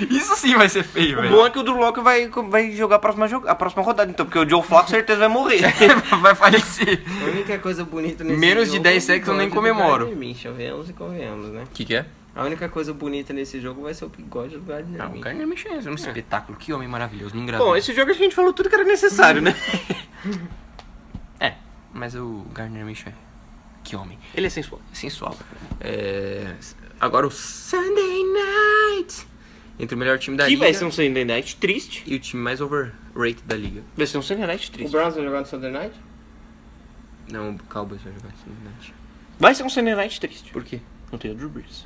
Speaker 1: Isso sim vai ser feio,
Speaker 2: O
Speaker 1: velho.
Speaker 2: bom é que o Drew Locke vai, vai jogar a próxima, jo- a próxima rodada, então, porque o Joe Flacco certeza vai morrer.
Speaker 1: vai falecer.
Speaker 3: A única coisa bonita nesse
Speaker 1: Menos de
Speaker 3: jogo é
Speaker 1: 10 sacks eu nem
Speaker 3: bigode do
Speaker 1: comemoro.
Speaker 3: Gardner Minshew, venhamos e convenhamos, né?
Speaker 1: O que, que é?
Speaker 3: A única coisa bonita nesse jogo vai ser o bigode do Gardner
Speaker 1: Ah, o
Speaker 3: Minshew.
Speaker 1: Gardner Minshew é um espetáculo. Que homem maravilhoso. Me engravou.
Speaker 2: Bom, esse jogo acho que a gente falou tudo que era necessário, né?
Speaker 1: É, mas o Gardner Minshew é... Que homem.
Speaker 2: Ele é sensual.
Speaker 1: Sensual. É... Agora o Sunday Night. Entre o melhor time da
Speaker 2: Que
Speaker 1: liga
Speaker 2: vai ser um Sunday Night triste.
Speaker 1: e o time mais overrated da liga.
Speaker 2: Vai ser um Sunday Night
Speaker 3: O
Speaker 2: triste.
Speaker 3: Browns vai jogar no Sunday Night?
Speaker 1: Não, o Cowboys vai jogar Sunday Night.
Speaker 2: Vai ser um Sunday Night triste.
Speaker 1: Por quê?
Speaker 2: Não tem o Drew Brees.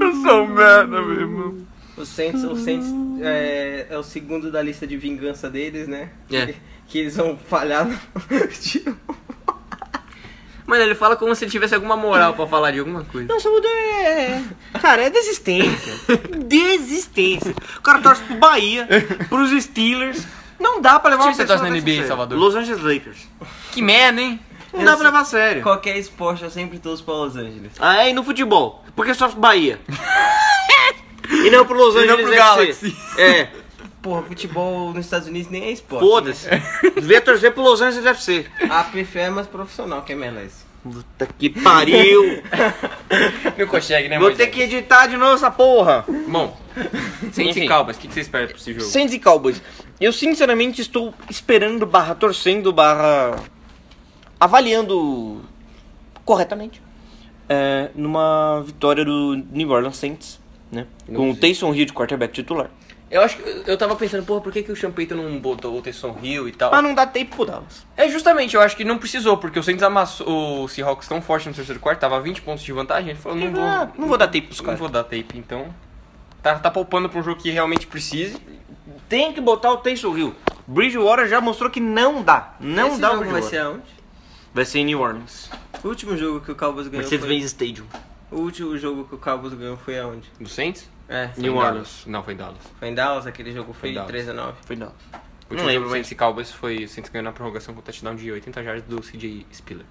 Speaker 1: Eu sou um merda, meu irmão.
Speaker 3: O Saints, o Saints é, é o segundo da lista de vingança deles, né?
Speaker 1: É.
Speaker 3: Que, que eles vão falhar no tiro.
Speaker 1: Mano, ele fala como se ele tivesse alguma moral pra falar de alguma coisa.
Speaker 2: Nossa, mudou é. Cara, é desistência. Desistência. O cara torce pro Bahia, pros Steelers. Não dá pra levar
Speaker 1: Que
Speaker 2: uma
Speaker 1: time você
Speaker 2: pessoa
Speaker 1: torce na
Speaker 2: dessa
Speaker 1: NBA,
Speaker 2: a sério.
Speaker 1: Salvador?
Speaker 2: Los Angeles Lakers.
Speaker 1: Que merda, hein?
Speaker 2: Não dá pra levar a sério.
Speaker 3: Qualquer esporte eu sempre torço pra Los Angeles.
Speaker 2: Ah, e no futebol? Porque só pro Bahia. e não pro Los
Speaker 1: E
Speaker 2: Angeles
Speaker 1: não pro
Speaker 2: FC. É,
Speaker 3: Porra, futebol nos Estados Unidos nem é esporte.
Speaker 2: foda-se. Devia torcer pro Los Angeles FC.
Speaker 3: A PFL é mais profissional que a MLS.
Speaker 2: Puta que pariu.
Speaker 1: Não consegue, né,
Speaker 2: Vou ter que editar de novo essa porra.
Speaker 1: Bom, Saints e
Speaker 2: Enfim.
Speaker 1: Cowboys, o que, que você espera pra esse jogo?
Speaker 2: Saints e Cowboys. Eu sinceramente estou esperando barra, torcendo barra, avaliando corretamente é, numa vitória do New Orleans Saints, né? Com o Taysom Hill de quarterback titular.
Speaker 1: Eu acho que eu tava pensando, porra, por que, que o Champeito não botou o Tesson Hill e tal?
Speaker 2: Mas não dá tempo pro Dallas.
Speaker 1: É justamente, eu acho que não precisou, porque o Saints amassou o Seahawks tão forte no terceiro quarto, tava 20 pontos de vantagem, ele falou, não vou,
Speaker 2: Ah, não vou dar tempo pros
Speaker 1: não
Speaker 2: caras.
Speaker 1: vou dar tape, então. Tá, tá poupando pra um jogo que realmente precise.
Speaker 2: Tem que botar o Taysom Hill. Bridgewater já mostrou que não dá. Não
Speaker 3: Esse
Speaker 2: dá
Speaker 3: jogo
Speaker 2: o
Speaker 3: vai
Speaker 2: Bridgewater.
Speaker 3: ser aonde?
Speaker 2: vai ser em New Orleans.
Speaker 3: O último jogo que o Cowboys ganhou foi...
Speaker 2: Mercedes-Benz Stadium.
Speaker 3: O último jogo que o Cowboys ganhou foi aonde?
Speaker 1: Do Saints?
Speaker 3: É,
Speaker 1: Foi
Speaker 2: New
Speaker 1: em Dallas.
Speaker 2: Orleans.
Speaker 1: Não, foi em Dallas.
Speaker 3: foi em Dallas, aquele jogo foi,
Speaker 1: Foi em Dallas.
Speaker 3: 3 a 9.
Speaker 2: Foi Dallas.
Speaker 1: O último jogo
Speaker 2: lembro,
Speaker 1: do Saints e Cowboys foi, o Saints ganhou na prorrogação com o touchdown de 80 jardas do CJ Spiller.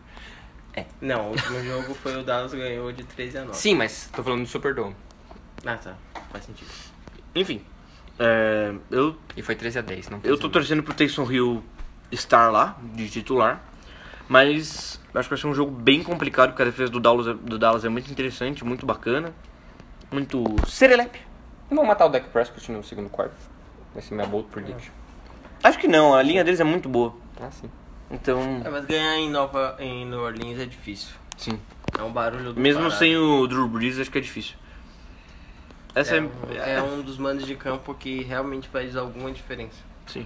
Speaker 3: Não, o último jogo foi o Dallas ganhou de 3 a 9.
Speaker 1: Sim, mas tô falando do Superdome.
Speaker 3: Ah, tá. Faz sentido.
Speaker 2: Enfim. é, eu
Speaker 1: E foi 13 a 10, não
Speaker 2: Eu tô torcendo pro Taysom Hill estar lá, de titular. Mas acho que vai ser um jogo bem complicado, porque a defesa do Dallas, é- do Dallas é muito interessante, muito bacana. Muito serelepe.
Speaker 1: Não vou matar o Dak Prescott no segundo quarto. Vai ser minha bold prediction.
Speaker 2: Acho que não, a linha deles é muito boa.
Speaker 1: Ah, sim.
Speaker 2: Então,
Speaker 3: É, mas ganhar em Nova em New Orleans é difícil.
Speaker 2: sim.
Speaker 3: É um barulho do
Speaker 2: Mesmo
Speaker 3: parado.
Speaker 2: sem o Drew Brees, acho que é difícil. Essa
Speaker 3: é,
Speaker 2: é.
Speaker 3: um- é um dos mandos de campo que realmente faz alguma diferença.
Speaker 2: Sim.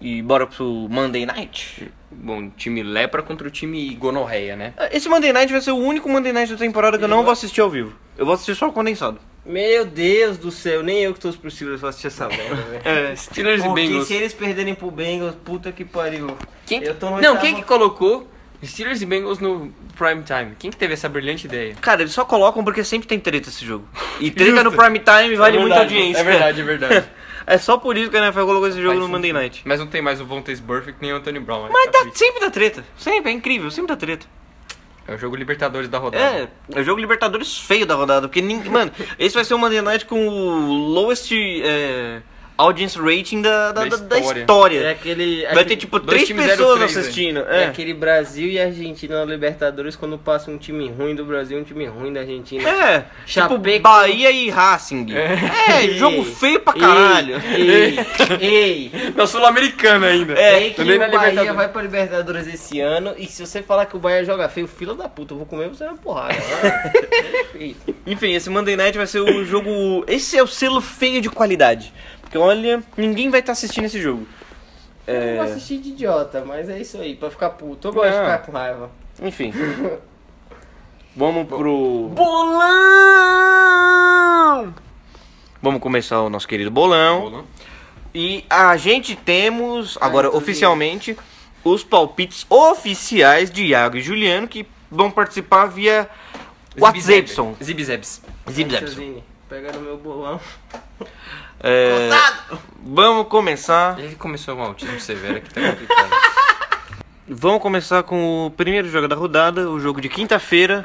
Speaker 2: E bora pro Monday Night.
Speaker 1: Bom, time lepra contra o time gonorreia, né?
Speaker 2: Esse Monday Night vai ser o único Monday Night da temporada que eu não vou assistir ao vivo. Eu vou assistir só o condensado.
Speaker 3: Meu Deus do céu, nem eu que torço pro Steelers vou assistir essa merda, velho.
Speaker 2: É,
Speaker 1: Steelers e
Speaker 3: Porque
Speaker 1: Bengals.
Speaker 3: se eles perderem pro Bengals, puta que pariu.
Speaker 1: Quem...
Speaker 3: Eu tô no
Speaker 1: Não,
Speaker 3: oitavo-
Speaker 1: quem que colocou Steelers e Bengals no prime time? Quem que teve essa brilhante ideia?
Speaker 2: Cara, eles só colocam porque sempre tem treta esse jogo. E treta
Speaker 1: Justo.
Speaker 2: no prime time vale muita audiência.
Speaker 1: É verdade, é verdade.
Speaker 2: É só por isso que a NFL colocou esse jogo
Speaker 1: Faz
Speaker 2: no Monday
Speaker 1: sentido.
Speaker 2: Night.
Speaker 1: Mas não tem mais o Vontaze Burfict nem o Anthony Brown. né?
Speaker 2: Mas
Speaker 1: Tá
Speaker 2: dá-
Speaker 1: triste.
Speaker 2: sempre dá treta. Sempre, é incrível, sempre dá treta.
Speaker 1: É o jogo Libertadores da rodada.
Speaker 2: É, é o jogo Libertadores feio da rodada, porque, nin- mano, esse vai ser o Monday Night com o lowest é, audience rating da, da,
Speaker 1: Da
Speaker 2: da- da
Speaker 1: história.
Speaker 2: história.
Speaker 3: É aquele.
Speaker 2: Vai ter,
Speaker 3: aquele-
Speaker 2: tipo,
Speaker 1: dois
Speaker 2: três
Speaker 1: times né?
Speaker 2: pessoas
Speaker 1: 03,
Speaker 2: assistindo.
Speaker 3: É.
Speaker 2: É.
Speaker 3: aquele Brasil e Argentina na Libertadores quando passa um time ruim do Brasil e um time ruim da Argentina.
Speaker 2: É,
Speaker 3: Chapeco.
Speaker 2: tipo Bahia e Racing. É,
Speaker 3: Ei,
Speaker 2: jogo feio pra caralho.
Speaker 3: Ei, ei, ei.
Speaker 1: Na Sul-Americana ainda.
Speaker 3: É, que
Speaker 1: também na
Speaker 3: o Bahia
Speaker 1: Libertadores.
Speaker 3: vai pra Libertadores esse ano e se você falar que o Bahia joga feio, fila da puta, eu vou comer você na porrada.
Speaker 2: Enfim, esse Monday Night vai ser o jogo. Esse é o selo feio de qualidade. Porque olha, ninguém vai estar assistindo esse jogo.
Speaker 3: Eu vou assistir de idiota, mas é isso aí, pra ficar puto. Eu gosto de
Speaker 2: É. Não.
Speaker 3: ficar com raiva.
Speaker 2: Enfim. Vamos pro.
Speaker 1: Bolão!
Speaker 2: Vamos começar o nosso querido bolão.
Speaker 1: Bolão.
Speaker 2: E a gente temos, agora
Speaker 3: então,
Speaker 2: oficialmente, os palpites oficiais de Iago e Juliano que vão participar via WhatsAppson.
Speaker 1: Zibzebs.
Speaker 2: Zip Zapson.
Speaker 3: Antes, Zini,
Speaker 4: Pega no meu bolão.
Speaker 2: É, vamos começar.
Speaker 1: Ele começou com autismo severo que tá complicado.
Speaker 2: Vamos começar com o primeiro jogo da rodada, o jogo de quinta-feira,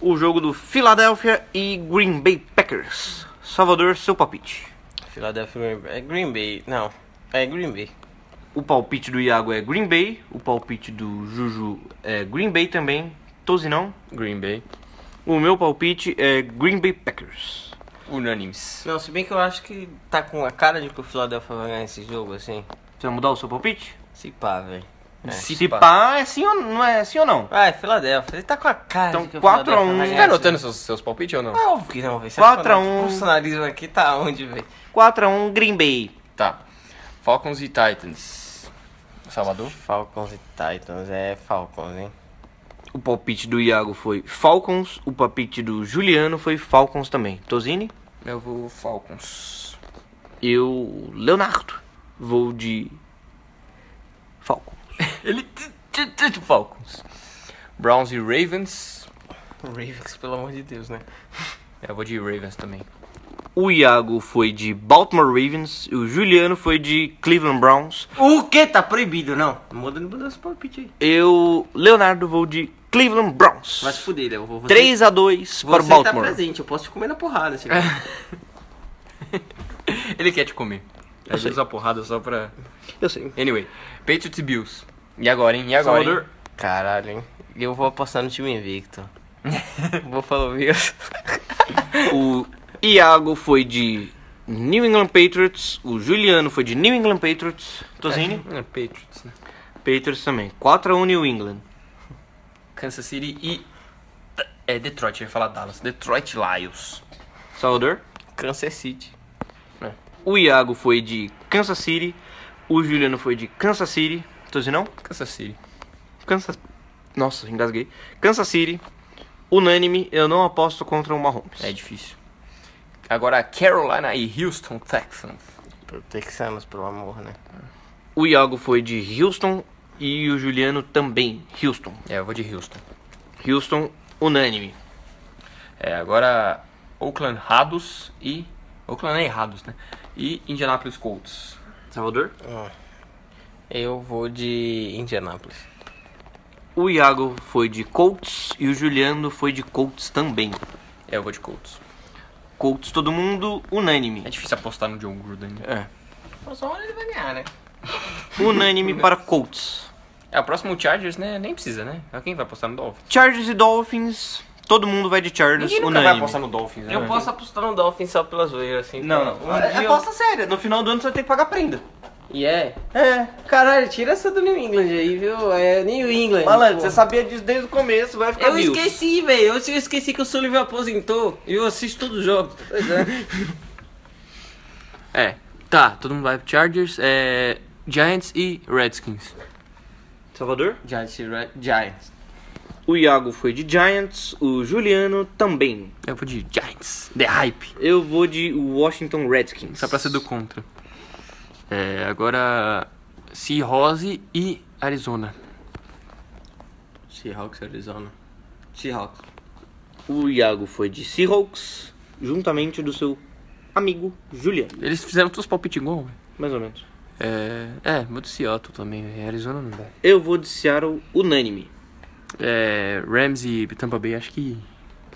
Speaker 2: o jogo do Philadelphia e Green Bay Packers. Salvador, seu palpite.
Speaker 3: Philadelphia Green Bay. É Green Bay. Não. É Green Bay.
Speaker 2: O palpite do Iago é Green Bay, o palpite do Juju é Green Bay também, Tozi não.
Speaker 1: Green Bay.
Speaker 2: O meu palpite é Green Bay Packers.
Speaker 1: Unânimes.
Speaker 3: Não, se bem que eu acho que tá com a cara de que o Philadelphia vai ganhar esse jogo, assim.
Speaker 2: Você vai mudar o seu palpite?
Speaker 3: Se pá, velho.
Speaker 1: Se
Speaker 2: Se
Speaker 1: pá.
Speaker 2: pá, é sim ou não é sim ou não?
Speaker 3: Ah, é Philadelphia. Ele tá com a cara
Speaker 2: Então,
Speaker 3: de que o
Speaker 2: 4 a 1.
Speaker 3: Philadelphia vai
Speaker 1: Você
Speaker 3: ganhar
Speaker 1: tá
Speaker 3: esse
Speaker 1: anotando seus, seus palpites ou não?
Speaker 3: jogo. Ah, óbvio que não, velho.
Speaker 2: 4 a 1.
Speaker 3: O funcionalismo aqui tá onde, velho?
Speaker 2: 4 a 1 Green Bay.
Speaker 1: Tá. Falcons e Titans. Salvador?
Speaker 3: Falcons e Titans. É Falcons, hein?
Speaker 2: O palpite do Iago foi Falcons, o palpite do Juliano foi Falcons também. Tozini?
Speaker 1: Eu vou Falcons.
Speaker 2: Eu, Leonardo, vou de Falcons.
Speaker 1: Ele. t- t- t- t- Falcons. Browns e Ravens.
Speaker 3: O Ravens, pelo amor de Deus, né?
Speaker 1: Eu vou de Ravens também.
Speaker 2: O Iago foi de Baltimore Ravens, e o Juliano foi de Cleveland Browns.
Speaker 4: O que? Tá proibido, não. Muda muda esse palpite aí.
Speaker 2: Eu, Leonardo, vou de Cleveland Browns.
Speaker 4: Vai se fuder, eu vou. Você,
Speaker 2: 3 a 2 para o
Speaker 4: você tá
Speaker 2: Baltimore.
Speaker 4: presente, eu posso te comer na porrada. se quiser.
Speaker 1: Ele quer te comer. Ele
Speaker 2: sei.
Speaker 1: usa a porrada só pra.
Speaker 2: Eu sei.
Speaker 1: Anyway. Patriots e Bills. E agora, hein? E agora? hein?
Speaker 2: Salvador.
Speaker 3: Caralho, hein? Eu vou apostar no time invicto. vou falar o Bills.
Speaker 2: O Iago foi de New England Patriots, o Juliano foi de New England Patriots. Tozini?
Speaker 1: É, Patriots, né?
Speaker 2: Patriots também. 4 a 1 New England.
Speaker 1: Kansas City e. É Detroit, eu ia falar Dallas. Detroit Lions.
Speaker 2: Salvador?
Speaker 3: Kansas City.
Speaker 2: O Iago foi de Kansas City, o Juliano foi de Kansas City. Tozini não?
Speaker 1: Kansas City.
Speaker 2: Kansas. Nossa, engasguei. Kansas City, unânime, eu não aposto contra o Mahomes.
Speaker 1: É difícil. Agora Carolina e Houston Texans.
Speaker 3: Pro Texanos, pelo amor, né?
Speaker 2: O Iago foi de Houston e o Juliano também. Houston.
Speaker 1: É, eu vou de Houston.
Speaker 2: Houston, unânime.
Speaker 1: É, agora Oakland Rados e. Oakland é Rados, né? E Indianapolis Colts.
Speaker 2: Salvador?
Speaker 3: Eu vou de Indianapolis.
Speaker 2: O Iago foi de Colts e o Juliano foi de Colts também.
Speaker 1: É, eu vou de Colts.
Speaker 2: Colts todo mundo,
Speaker 1: É
Speaker 2: unânime.
Speaker 1: difícil apostar no John Gruden. né?
Speaker 2: É.
Speaker 3: Mas só ele vai ganhar, né?
Speaker 2: Unânime para Colts.
Speaker 1: É, o próximo Chargers, né? Nem precisa, né? Quem vai apostar no Dolphins?
Speaker 2: Chargers e Dolphins, todo mundo vai de Chargers,
Speaker 1: Ninguém nunca vai
Speaker 2: unânime.
Speaker 1: apostar no Dolphins, né?
Speaker 3: Eu posso apostar no Dolphins só pelas zoeiras, assim.
Speaker 2: Não,
Speaker 3: pra-
Speaker 2: não. É, Um Aposta séria, no final do ano você vai ter que pagar prenda.
Speaker 4: E é? É. Caralho, tira essa do New England aí, viu? É New England.
Speaker 2: Malandro,
Speaker 4: porra.
Speaker 2: você sabia disso desde o começo, vai ficar
Speaker 4: Eu
Speaker 2: mil.
Speaker 4: esqueci, velho. Eu eu esqueci que o Sullivan aposentou. E eu assisto todos os jogos. Pois é.
Speaker 1: É. Tá, todo mundo vai pro Chargers, é. Giants e Redskins.
Speaker 2: Salvador?
Speaker 4: Giants. Ra- Giants.
Speaker 2: O Iago foi de Giants, o Juliano também.
Speaker 1: Eu vou de Giants. The Hype.
Speaker 2: Eu vou de Washington Redskins.
Speaker 1: Só Tá pra ser do contra. É, agora. Seahawks e Arizona.
Speaker 4: Seahawks, Arizona. Seahawks.
Speaker 2: O Iago foi de Seahawks, juntamente do seu amigo Juliano.
Speaker 1: Eles fizeram todos os palpites igual, velho.
Speaker 2: Mais ou menos.
Speaker 1: É, é, vou de Seattle também, velho. Arizona não dá.
Speaker 2: Eu vou de Seattle unânime.
Speaker 1: É, Rams e Tampa Bay, acho que.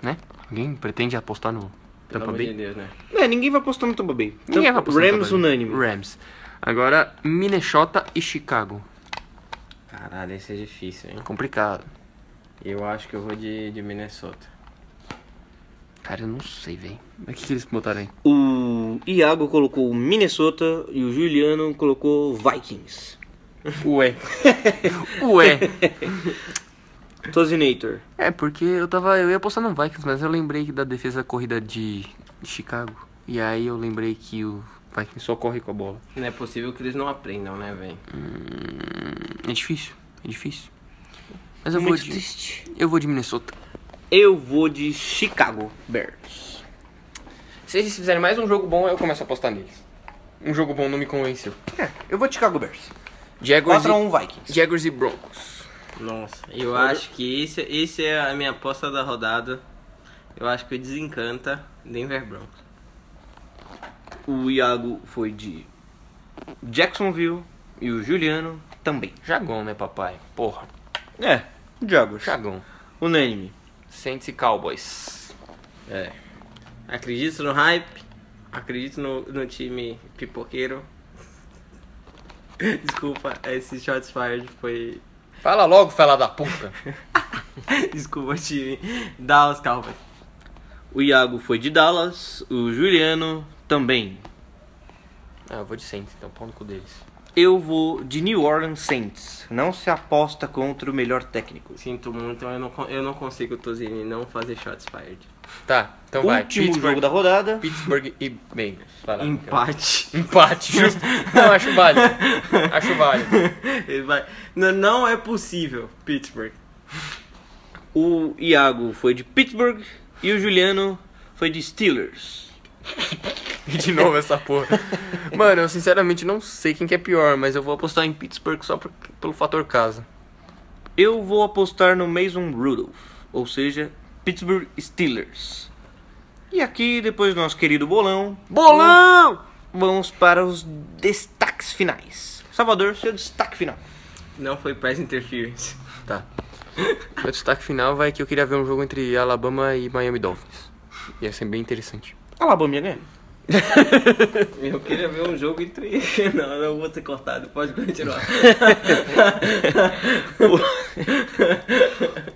Speaker 1: Né? Alguém pretende apostar no
Speaker 4: Pelo
Speaker 1: Tampa
Speaker 4: amor de
Speaker 1: Bay?
Speaker 4: Deus, né?
Speaker 2: É, ninguém vai apostar no Tampa Bay.
Speaker 1: Ninguém
Speaker 2: Tampa-
Speaker 1: vai apostar no
Speaker 2: Rams
Speaker 1: Tampa Bay.
Speaker 2: unânime.
Speaker 1: Rams. Agora, Minnesota e Chicago.
Speaker 4: Caralho, esse é difícil, hein?
Speaker 1: Complicado.
Speaker 4: Eu acho que eu vou de, de Minnesota.
Speaker 1: Cara, eu não sei, velho. O que, que eles botaram aí?
Speaker 2: O um Iago colocou Minnesota e o Juliano colocou Vikings.
Speaker 1: Ué. Ué.
Speaker 2: Tozinator.
Speaker 1: É, porque eu tava. Eu ia apostar no Vikings, mas eu lembrei que da defesa corrida de, de Chicago. E aí eu lembrei que o Vikings só corre com a bola.
Speaker 4: Não é possível que eles não aprendam, né, velho?
Speaker 1: É difícil, é difícil. Mas eu vou
Speaker 2: Muito
Speaker 1: de.
Speaker 2: triste.
Speaker 1: Eu vou de Minnesota.
Speaker 2: Eu vou de Chicago Bears.
Speaker 1: Se eles fizerem mais um jogo bom, eu começo a apostar neles. Um jogo bom não me convenceu.
Speaker 2: É, Eu vou de Chicago Bears.
Speaker 1: Jaguars,
Speaker 2: 4x1 Vikings.
Speaker 1: e, Jaguars e Broncos.
Speaker 4: Nossa, eu acho que esse, esse é a minha aposta da rodada. Eu acho que o Desencanta Denver Broncos.
Speaker 2: O Iago foi de Jacksonville e o Juliano também.
Speaker 1: Jagão, né, papai? Porra.
Speaker 2: É, Jaguars.
Speaker 1: Jagão.
Speaker 2: Unânime.
Speaker 1: Saints e Cowboys.
Speaker 3: É. Acredito no hype, acredito no, no time pipoqueiro. Desculpa, esse shots fired foi.
Speaker 1: Fala logo, fala da puta.
Speaker 3: Desculpa, time. Dallas Cowboys.
Speaker 2: O Iago foi de Dallas, o Juliano também.
Speaker 1: ah, eu vou de Saints, então pau no cu deles.
Speaker 2: Eu vou de New Orleans Saints. Não se aposta contra o melhor técnico.
Speaker 4: Sinto muito, eu não, con- eu não consigo, Tozini, não fazer shots fired.
Speaker 1: Tá, então vai.
Speaker 2: Último jogo da rodada.
Speaker 1: Pittsburgh e Bengals. Vai lá.
Speaker 4: Empate.
Speaker 1: Empate, justo. Não, acho válido. Acho válido.
Speaker 4: Ele vai. Não, não é possível, Pittsburgh.
Speaker 2: O Iago foi de Pittsburgh e o Juliano foi de Steelers.
Speaker 1: E de novo essa porra. Mano, eu sinceramente não sei quem que é pior, mas eu vou apostar em Pittsburgh só por- pelo fator casa.
Speaker 2: Eu vou apostar no Mason Rudolph, ou seja, Pittsburgh Steelers. E aqui, depois do nosso querido bolão,
Speaker 1: Bolão!
Speaker 2: vamos para os destaques finais. Salvador, seu destaque final.
Speaker 4: Não foi pass interference.
Speaker 1: Tá. Meu destaque final vai que eu queria ver um jogo entre Alabama e Miami Dolphins. Ia ser bem interessante.
Speaker 2: Alabama ia ganhar.
Speaker 4: Eu queria ver um jogo entre. Não, não vou ser cortado, pode continuar.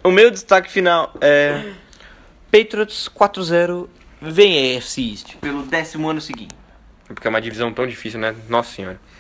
Speaker 2: O meu destaque final é Patriots 4-0 vem AFC East pelo décimo ano seguinte.
Speaker 1: é Porque é uma divisão tão difícil, né? Nossa senhora.